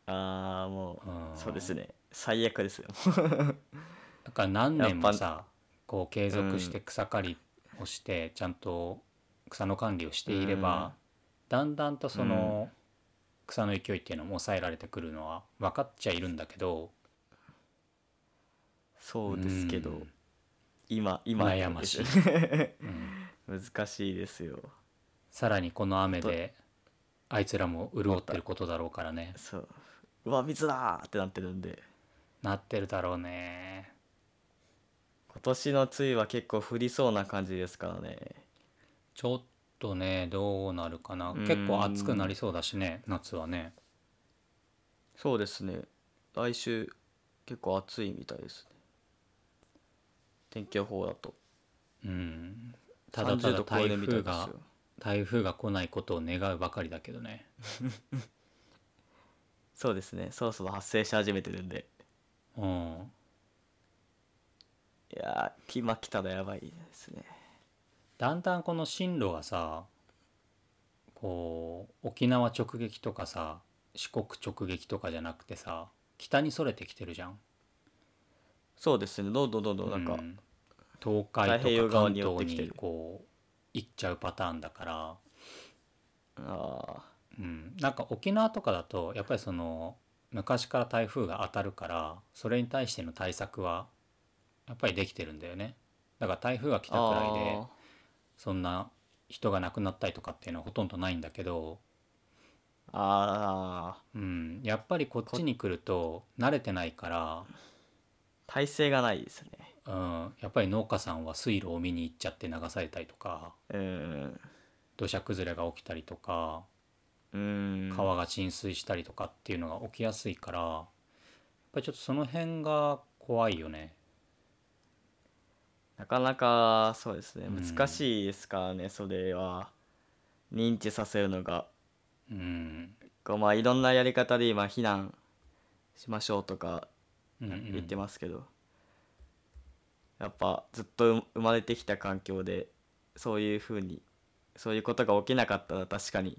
ああも
うん
うそうですね最悪ですよ <laughs>
だから何年も
や
さこう継続して草刈りをして、ちゃんと草の管理をしていれば、だんだんとその、草の勢いっていうのも抑えられてくるのは分かっちゃいるんだけど
そうですけど、
うん
今今
悩ましい
ですよね
うん
<laughs> 難しいですよ
さらにこの雨であいつらも潤ってることだろうからね、
そううわ水だーってなってるんで
なってるだろうね
今年の梅雨は結構降りそうな感じですからね
ちょっとねどうなるかな
うん
結構暑くなりそうだしね夏はね
そうですね来週結構暑いみたいですね天気予報だと
うんただた
30
だ
度超え
台
るみた
風
いです
が
よ
台風が来ないことを願うばかりだけどね
そうですねそろそろ発生し始めてるんで
うん
いやー今来たらやばいですね
だんだんこの進路がさこう沖縄直撃とかさ四国直撃とかじゃなくてさ北にそれてきてるじゃん
そうですねどんどんどんどんなんか、
うん東海
太平
と
洋
か
側
関
に寄っ
東
てきてる
にこう行っちゃうパターンだから、
あ
うん、なんか沖縄とかだとやっぱりその昔から台風が当たるからそれに対しての対策はやっぱりできてるんだよねだから台風が来
ー
たくらいで
あ
そんな人が亡くなったりとかっていうのはほとんどないんだけど
ーあー
うん、やっぱりこっちに来ると慣れてないか
体勢がないですね
ら、うん、やっぱり農家さんは水路を見に行っちゃって流されたりとか
うん
土砂崩れが起きたりとか
うん
川が浸水したりとかっていうのが起きやすいからやっぱりちょっとその辺が怖いよね。
なかなかそうですね
うん
難しいですからね、それは認知させるのが
うん、
こうまあいろんなやり方で今避難しましょうとか
うんうん
言ってますけど、やっぱずっと生生まれてきた環境でそういうふうにそういうことが起きなかったら確かに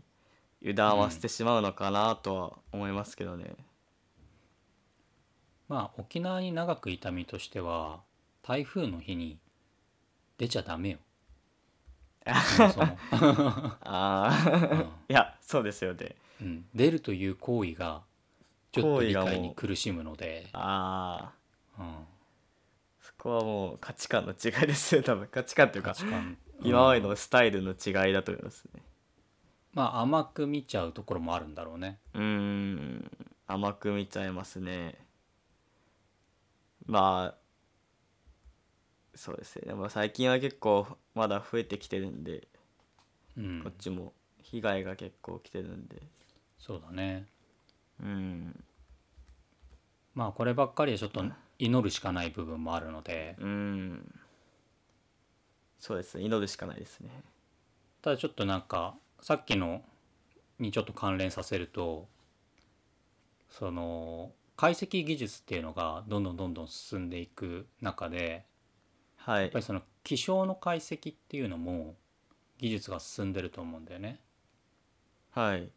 油断はしてしまうのかなとは思いますけどね。
まあ沖縄に長くいた身としては台風の日に出ちゃダメよ。そもそも
ああ <laughs> いやそうですよね。
うんうん、出るという行為がちょっと理解に苦しむので。
ああ
うん
そこはもう価値観の違いですよ多分価値観というか
確かに
今まで
うん
のスタイルの違いだと思いますね。
まあ甘く見ちゃうところもあるんだろうね
うーん甘く見ちゃいますねまあそうですねでも最近は結構まだ増えてきてるんで、
うん
こっちも被害が結構来てるんで
そうだね
うん
まあこればっかりはちょっと祈るしかない部分もあるので
うんそうですね祈るしかないですね
ただちょっとなんかさっきのにちょっと関連させるとその解析技術っていうのがどんどんどんどん進んでいく中で
はい
やっぱりその気象の解析っていうのも技術が進んでると思うんだよね。
はい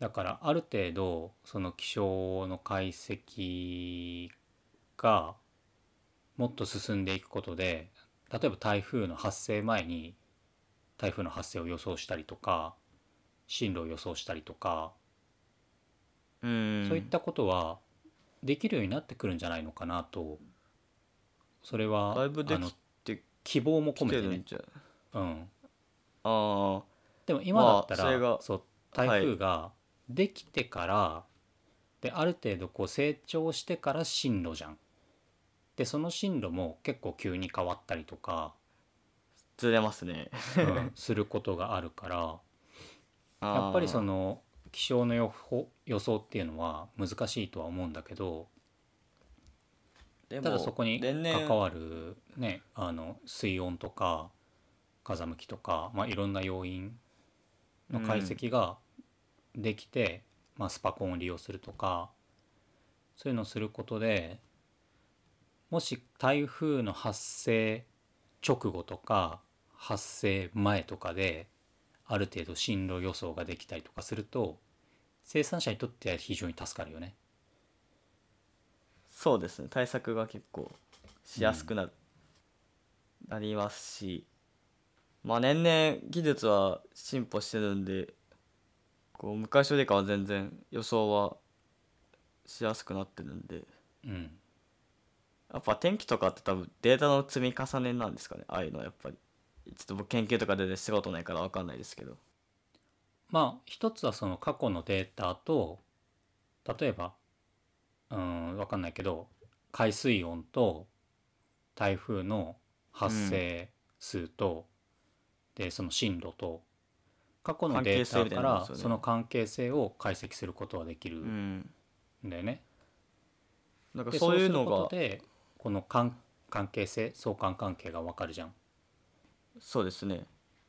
だからある程度その気象の解析がもっと進んでいくことで例えば台風の発生前に台風の発生を予想したりとか進路を予想したりとか、
うん
そういったことはできるようになってくるんじゃないのかなとそれは
だいぶで
あの
きて
希望も込
き
め
て
て
る
ね
ん、じゃ
うん、
ああ
でも今だった
まあそ
ら、
れが
そう
はい
台風ができてから、である程度こう成長してから進路じゃん。でその進路も結構急に変わったりと
<laughs>
か、
ずれますね
うんすることがあるからやっぱりそ
の
の気象の予報予想っていうのは難しいとは思うんだけど
た
ただそこに
例年
関わる、ね、あの水温とか風向きとか、まあ、いろんな要因の解析ができて、まあ、スパコンを利用するとかそういうのをすることでもし台風の発生直後とか発生前とかである程度進路予想ができたりとかすると生産者にとっては非常に助かるよね。
そうですね対策が結構しやすくな,、なりますしまあ年々技術は進歩してるんでこう昔よりかは全然予想はしやすくなってるんで
うん、
やっぱ天気とかって多分データの積み重ねなんですかねああいうのはやっぱりちょっと僕研究とかでしたことないから分かんないですけど
まあ一つはその過去のデータと例えば、ううん、わかんないけど海水温と台風の発生数と、でその進路と過去のデータ
関係性みた
か
いなもん
ら
ですよね
その関係性を解析することはできる
うんん、
だよね。
なんか
で
そういうの
そ
が
うすることでこの関関係性相関関係がわかるじゃん。
そうですね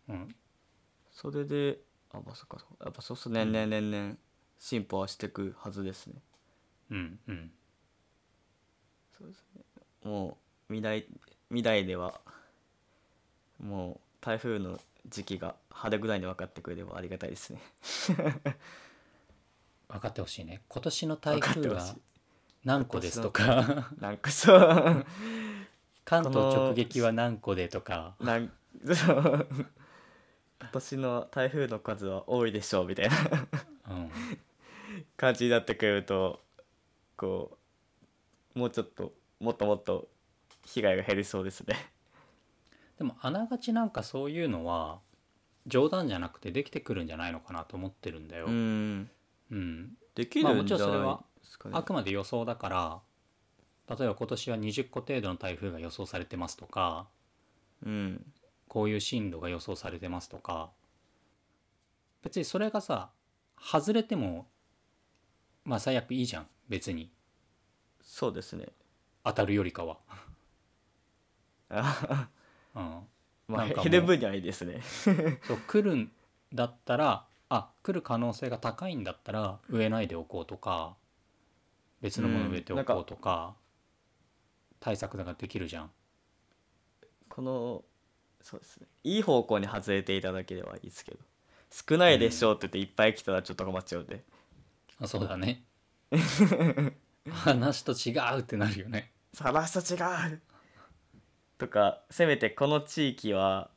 うん、
それであまあそっかそっかやっぱそうすると年々年々進歩はしていくはずですね
うん、うん
そうですねもう未来未来ではもう台風の時期が春ぐらいに分かってくれればありがたい <laughs> ですね
分かってほしいね今年の台
分
風
かってほ
が
しい
何個ですとか
なんかそう
関東
この
直撃は何個でとか
なんそう今年の台風の数は多いでしょうみたいな
うん
感じになってくれるとこうもうちょっともっともっと被害が減りそうですね
でもあながちなんかそういうのは冗談じゃなくてできてくるんじゃないのかなと思ってるんだよ。
ん
うん
でき
まあ
る
も
ん
ちろ
じゃ
んそれ
な
はい
ですかね
あくまで予想だから例えば今年は20個程度の台風が予想されてますとか
うん
こういう進路が予想されてますとか別にそれがさ外れてもまあ最悪いいじゃん別に
そうですね
当たるよりかは。
あ
うん、
ま
な
あ
んかもう
減る分にはいいですね
そう来るんだったらあ来る可能性が高いんだったら植えないでおこうとか別のもの植えておこうとか,、対策ができるじゃん
このそうですねいい方向に外れていただければいいですけど少ないでしょうって言っていっぱい来たらちょっと困っちゃうんで、
あそうだね <laughs> 話と違うってなるよね
探すと違うとかせめてこの地域は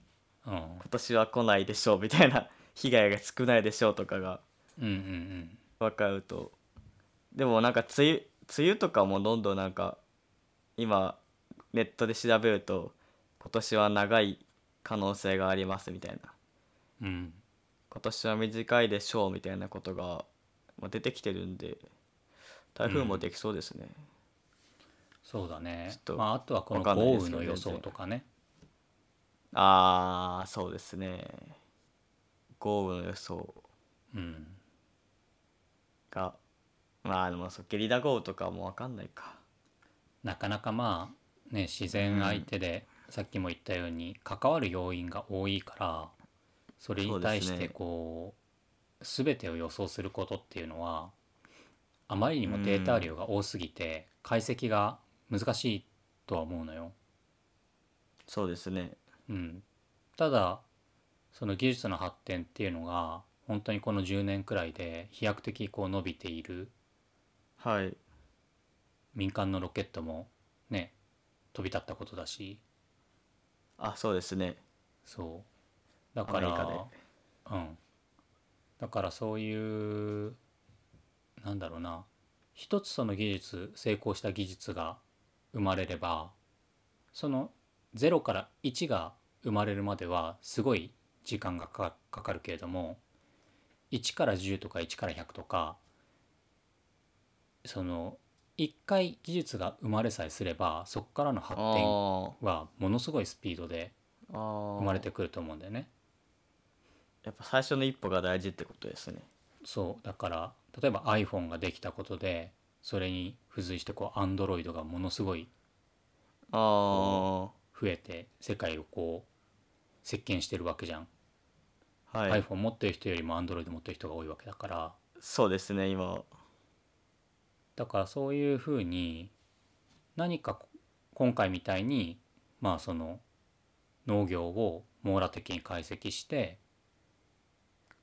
うん
今年は来ないでしょうみたいな被害が少ないでしょうとかが
うんうん
分かるとでもなんか梅雨梅雨とかもどんどんなんか今ネットで調べると今年は長い可能性がありますみたいな
うんうん
今年は短いでしょうみたいなことがまあ出てきてるんで台風もできそうですね、
そうだね
ちょっと
まあ、あとはこの
わかんない
豪
です
雨
けど
の予
全
想
然
とかね
ああそうですね豪雨の予想
うん
がまあでもそうゲリラ豪雨とかも分かんないか
なかなかまあね自然相手で、さっきも言ったように関わる要因が多いからそれに対
そ
し
うです
て
ね
こう全てを予想することっていうのはあまりにもデータ量が多すぎて解析が難しいとは思うのよ。
そうですね
うん、ただその技術の発展っていうのが本当にこの10年くらいで飛躍的にこう伸びている
はい
民間のロケットもね飛び立ったことだし
あそうですね
そうだから
アメリカで
うんだからそういうなんだろうな一つその技術成功した技術が生まれればその0から1が生まれるまではすごい時間がかかかるけれども1から10とか1から100とかその1回技術が生まれさえすればそこからの
あ
発展
ー
はものすごいスピードで
あー
生まれてくると思うんだよね。
やっぱ最初の一歩が大事ってことですね
そうだから例えば iPhone ができたことでそれに付随してこう Android がものすごい
あ
増えて世界をこう席巻してるわけじゃん、
あはい
iPhone 持ってる人よりも Android 持ってる人が多いわけだから
そうですね今
だからそういうふうに何かこ今回みたいにまあその農業を網羅的に解析して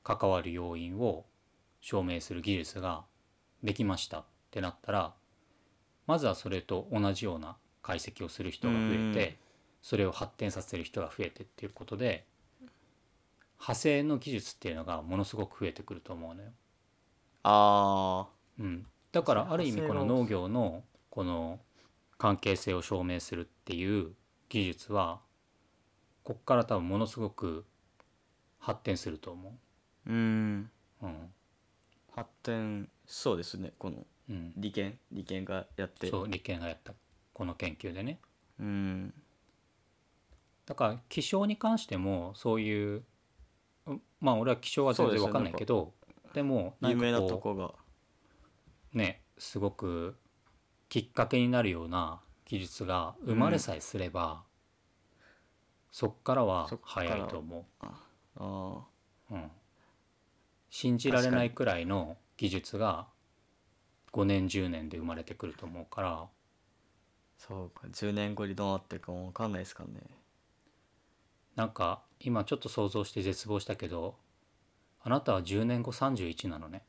関わる要因を証明する技術ができましたってなったらまずはそれと同じような解析をする人が増え
うん
てそれを発展させる人が増えてっていうことで派生の技術っていうのがものすごく増えてくると思うのよ。
あ
うん、だからある意味
派
こ
生
の
の
農業のこの関係性を証明するっていう技術はこっから多分ものすごく発展すると思
あうん
う。うん、
発展そうですねこの
うん、
理研理研がやって
そう理研がやったこの研究でね
うん
だから気象に関してもそういううんまあ俺は気象は全
そうで
然
すね
わかんないけどでもな
有
ん
名な
か
と
こ
こが
うねすごくきっかけになるような技術が生まれさえすれば、そっからは
そっから
早いと思
ああ
う、うん、信じられないくらいの技術が5年10年で生まれてくると思うから
そうか10年後にどうなってるかも分かんないですからね
なんか今ちょっと想像して絶望したけどあなたは10年後31なの
<laughs>
ね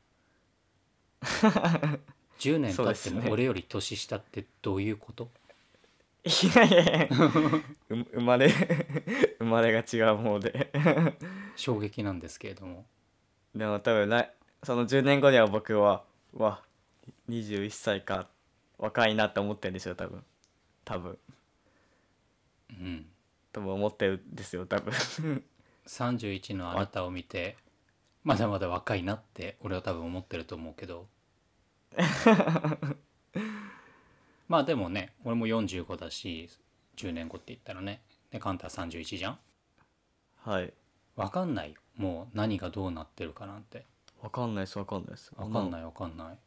10年経って
そうですね
も俺より年下ってどういうこと
いやいや
<laughs>
いやう生まれ生まれが違う方で
衝撃なんですけれども
でも多分来その10年後には僕はうわ21歳か若いなって思ってるんでしょ多分多分
うん
多分思ってるんですよ多分 <laughs>
31のあなたを見てまだまだ若いなって俺は多分思ってると思うけ
<laughs>
どまあでもね俺も45だし10年後って言ったらねでカンタ31じゃん
はい
分かんないよもう何がどうなってるかなんて
分かんないです分かんないです
わかんないいわかんない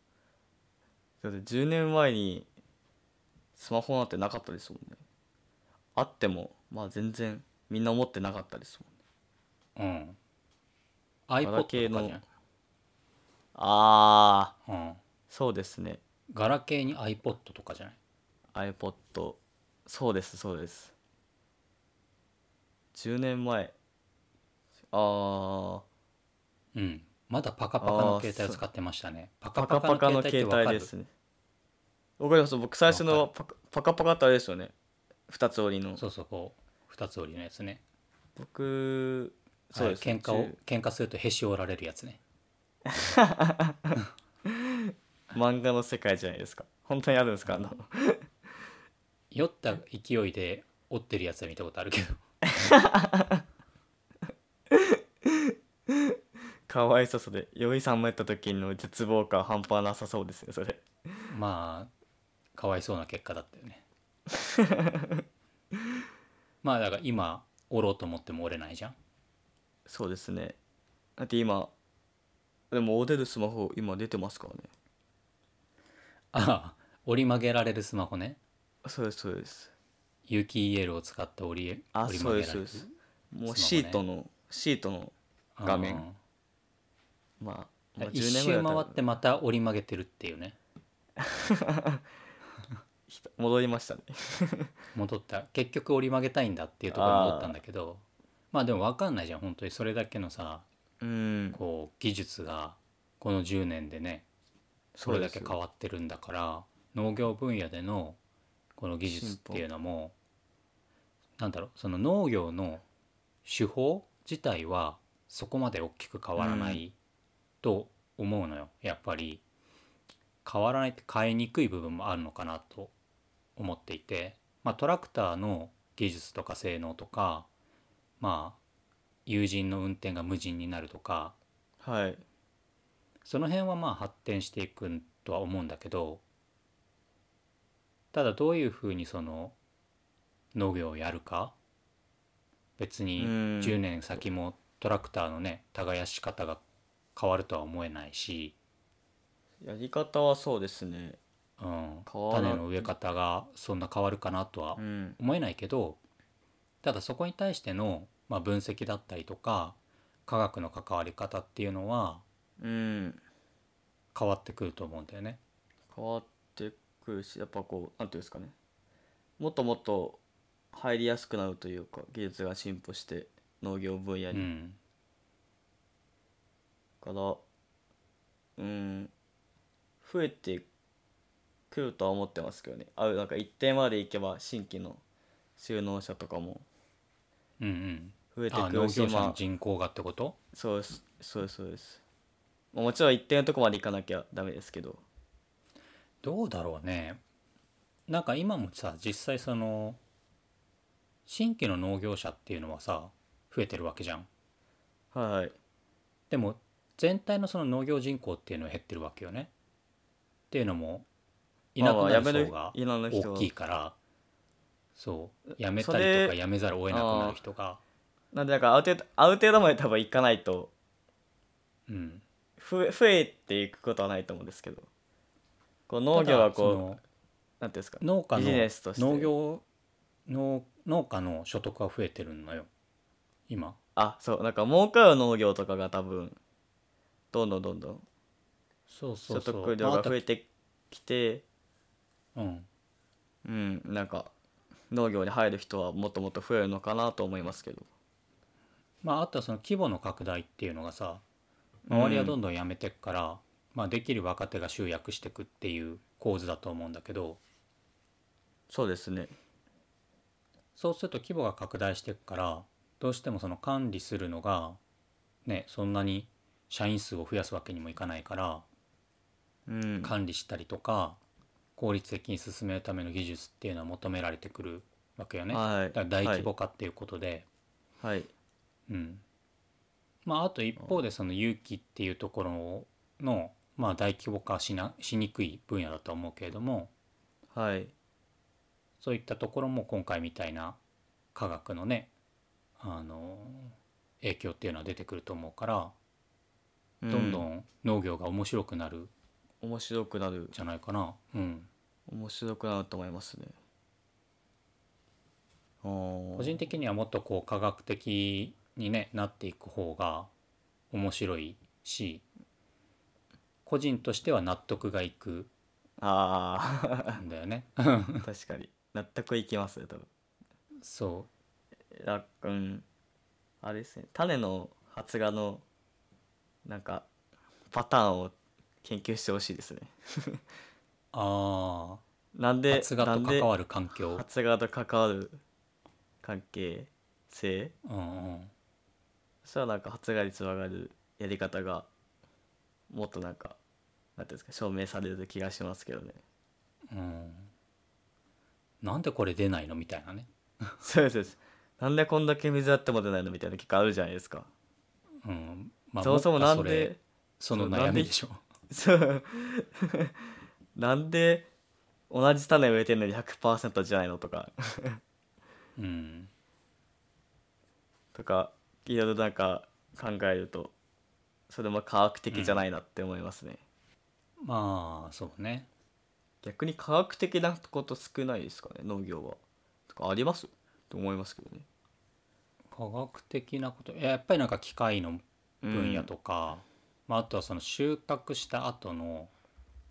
だって10年前にスマホなんてなかったですもんねあってもまあ全然みんな思ってなかったですもん
うん
ガラ
iPod
ケー
と
の
かじ
ああ
ゃん、うん、
そうですね
ガラケーに iPod とかじゃない
iPod そうですそうです10年前あ
うんまだパカパカの
あー
携帯を
そう
使ってましたねパ
あパカパカの携帯ですねわかります僕最初のパカパカパカってあれですよね二つ折りの
そうそうこう2つ折りのやつね
僕そうです
あれ喧嘩を
10
喧嘩するとへし折られるやつね
漫画の世界じゃないですか本当にあるんですかあの
酔った勢いで折ってるやつは見たことあるけど <laughs>
かわいさそうで酔いさんもやった時の絶望感半端なさそうですねそれ
まあかわいそうな結果だったよね
<laughs>
まあだから今折ろうと思っても折れないじゃん
そうですねだって今でも折れるスマホ今出てますからね
ああ折り曲げられるスマホね
そうですそうです
有機 EL を使って折り
あ
折り
そう
曲
で
げられ
すそう
る
ですもう
スマホね
シートの、シートの画面
うん
まあ、まあ、
一
10年ぐら
周回
いだったら
ってまた折り曲げてるっていうね
ひと戻りましたね
戻った結局折り曲げたいんだっていうところに戻ったんだけどまあでも分かんないじゃん本当にそれだけのさ
うん
こう技術がこの10年でねそ
そ
れ
うで
だ
す
け
よ
変わってるんだから農業分野でのこの技術っていうのもなんだろうその農業の手法自体はそこまで大きく変わらないと思うのよ、やっぱり変わらないって変えにくい部分もあるのかなと思っていて、まあ、トラクターの技術とか性能とかまあ友人の運転が無人になるとか
はい
その辺はまあ発展していくとは思うんだけどただどういうふうにその農業をやるか別
う
に
ん
10年先もトラクターのね耕し方が変わるとは思えないし、
やり方はそうですね
うん、
変わら
種の植え方がそんな変わるかなとは
うん
思えないけどただそこに対しての、まあ、分析だったりとか科学の関わり方っていうのは
うん
変わってくると思うんだよね。
変わってくるしやっぱこうなんていうんですかねもっともっと入りやすくなるというか技術が進歩して農業分野
う
に、
ん
からうん増えてくるとは思ってますけどねあなんか一定までいけば新規の収納者とかも
うんうん
増えて
あ
く
農
るし
業者
ま
の
あ
人口がってこと
そうですそうですそうです、まあ、もちろん一定のとこまでいかなきゃダメですけど
どうだろうねなんか今もさ実際その新規の農業者っていうのはさ増えてるわけじゃん
はいはい
でも全体のその農業人口っていうのは減ってるわけよねっていうのもいなくなる層
まあ
が
辞めるいろんな人
大
が
きいからそう辞め
そ
たり
れ
とか辞めざるを得なくなる人が
なんでなんかある程度ある程度まで多分行かないと
うん
増え増えていくことはないと思うんですけどこう農業はこうなんていうんですか
う農家
ビジネスとして
の農業農農家の所得が増えてるのよ今
あそうなんか儲かる農業とかが多分どんどんどんどん
そうそ
所
うそう
得量
まああ
が
と
増えてきて
うん
うんなんか農業に入る人はもっともっと増えるのかなと思いますけど
まああとはその規模の拡大っていうのがさ周りはどんどん辞めてくから、まあ、できる若手が集約していくっていう構図だと思うんだけど
そうですね
そうすると規模が拡大していくからどうしてもその管理するのがねそんなに社員数を増やすわけにもいかないから
うん
管理したりとか効率的に進めるための技術っていうのは求められてくるわけよね。だか
はい
ら大規模化っていうことで、
はい、はい
うん、まああと一方でその勇気っていうところの、まあ、大規模化しなしにくい分野だと思うけれども
はい
そういったところも今回みたいな科学のねあの影響っていうのは出てくると思うから
う
どんどん農業が面白くなるん
面白くなる
じゃないかな。うん、
面白くなると思いますね個
個人的にはもっとこう科学的に、ね、なっていく方が面白いし個人としては納得がいく
あ
んだよね。
あ確かに納得いきますね多分
そう
あうんあれですね種の発芽のなんかパターンを研究してほしいですね
あ
なん
あ
で
発芽と関
なん
わる環
で
境
発芽と関わる関係性
うんうん
そしたらなんか発芽率を上がるやり方がもっとなんかなんていうんですか証明される気がしますけどね <laughs>
うんなんでこれ出ないのみたいなね
そうですそうですなんでこんだけ水あっても出ないのみたいな結果あるじゃないですか、
うんま
そもそも
っか
なんで
それその
そうな
悩
んで
みでしょ
そう <laughs> なんで同じ種植えてるのに100%じゃないのとか
うん
とかいろいろなんか考えるとそれも科学的じゃないなって思いますね、
まあそうね
逆に科学的なこと少ないですかね農業はとかありますと思いますけどね
科学的なこといややっぱりなんか機械の分野
うん
とか、まあ、あとはその収穫した後の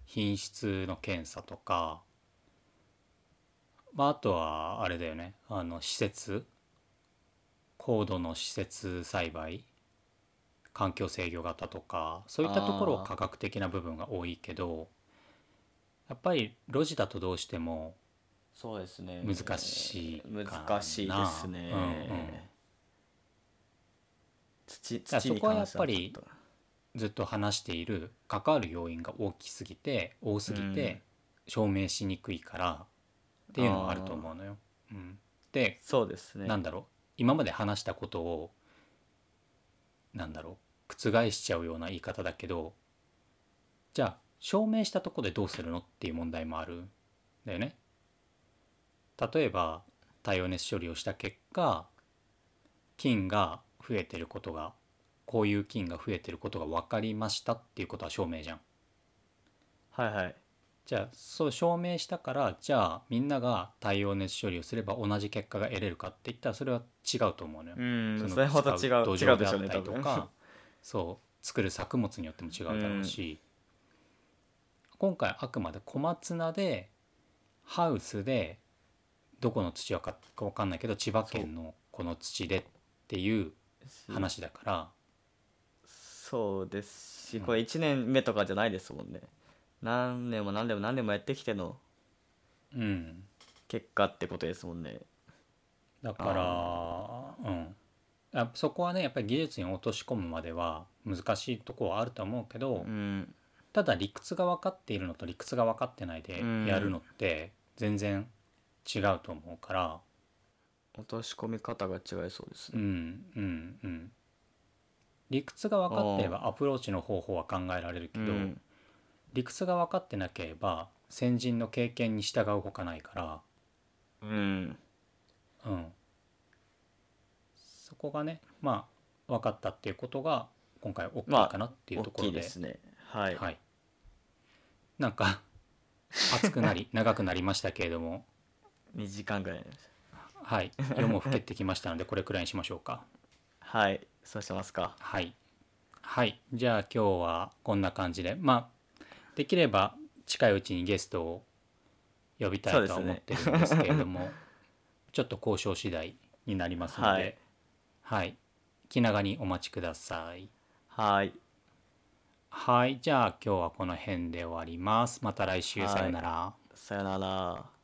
品質の検査とか、まあ、あとはあれだよねあの施設高度の施設栽培環境制御型とかそういったところ
あ
は
ー
科学的な部分が多いけどやっぱり路地だとどうしても
そうですね
難しいかな
難しいですね、
うんうん
土
から
土に
そこはやっ
関しては
ぱり
ちょっと
ずっと話している関わる要因が大きすぎて多すぎて証明しにくいからっていうのがあると思うのよ。うん、で、
そうですね
なんだろう今まで話したことをなんだろう覆しちゃうような言い方だけどじゃあ証明したとこでどうするのっていう問題もあるんだよね。例えば太陽熱処理をした結果菌が増えてることがこういう菌が増えてることが分かりましたっていうことは証明じゃん。
はいはい
じゃあそう証明したからじゃあみんなが太陽熱処理をすれば同じ結果が得れるかって言ったらそれは違うと思うのよ。
うん
の
それはまた違う
使土
違
壌
うで
で
し
あっ
ょうね
た
多
りと
分
か、そう作る作物によっても違うだろうし、今回あくまで小松菜でハウスでどこの土はか分かんないけど千葉県のこの土でっていう話だから。
そうですし
うん
これ1年目とかじゃないですもんね何年も何年も何年もやってきての
うん、
結果ってことですもんね
だから、うん、あそこはねやっぱり技術に落とし込むまでは難しいところはあると思うけど、
うん
ただ理屈が分かっているのと理屈が分かってないで
うん
やるのって全然違うと思うから、
落とし込み方が違いそうです
う
ね
んうんうん、理屈が分かってればアプローチの方法は考えられるけど、理屈が分かってなければ先人の経験に従うほかないか
うん
ら、うん、そこがねまあ分かったっていうことが今回大きいかなっていう
大
とこ
き
ろ
い
で,、
ですねはい、
はい、なんか熱くなり長くなりましたけれども
2時間ぐらいになりました
はい夜も更けてきま <laughs> したのでこれくらいにしましょうか。
はいそうしますか
はい。はい。じゃあ今日はこんな感じで。まあ、できれば近いうちにゲストを呼びたいとは
そう
思っ
で
て
すね
るんですけれども、 <laughs> ちょっと交渉次第になりますので、は
はいい、
気長にお待ちください。
はい
はい。じゃあ今日はこの辺で終わります。また来週、
はい
さよなら。
さよなら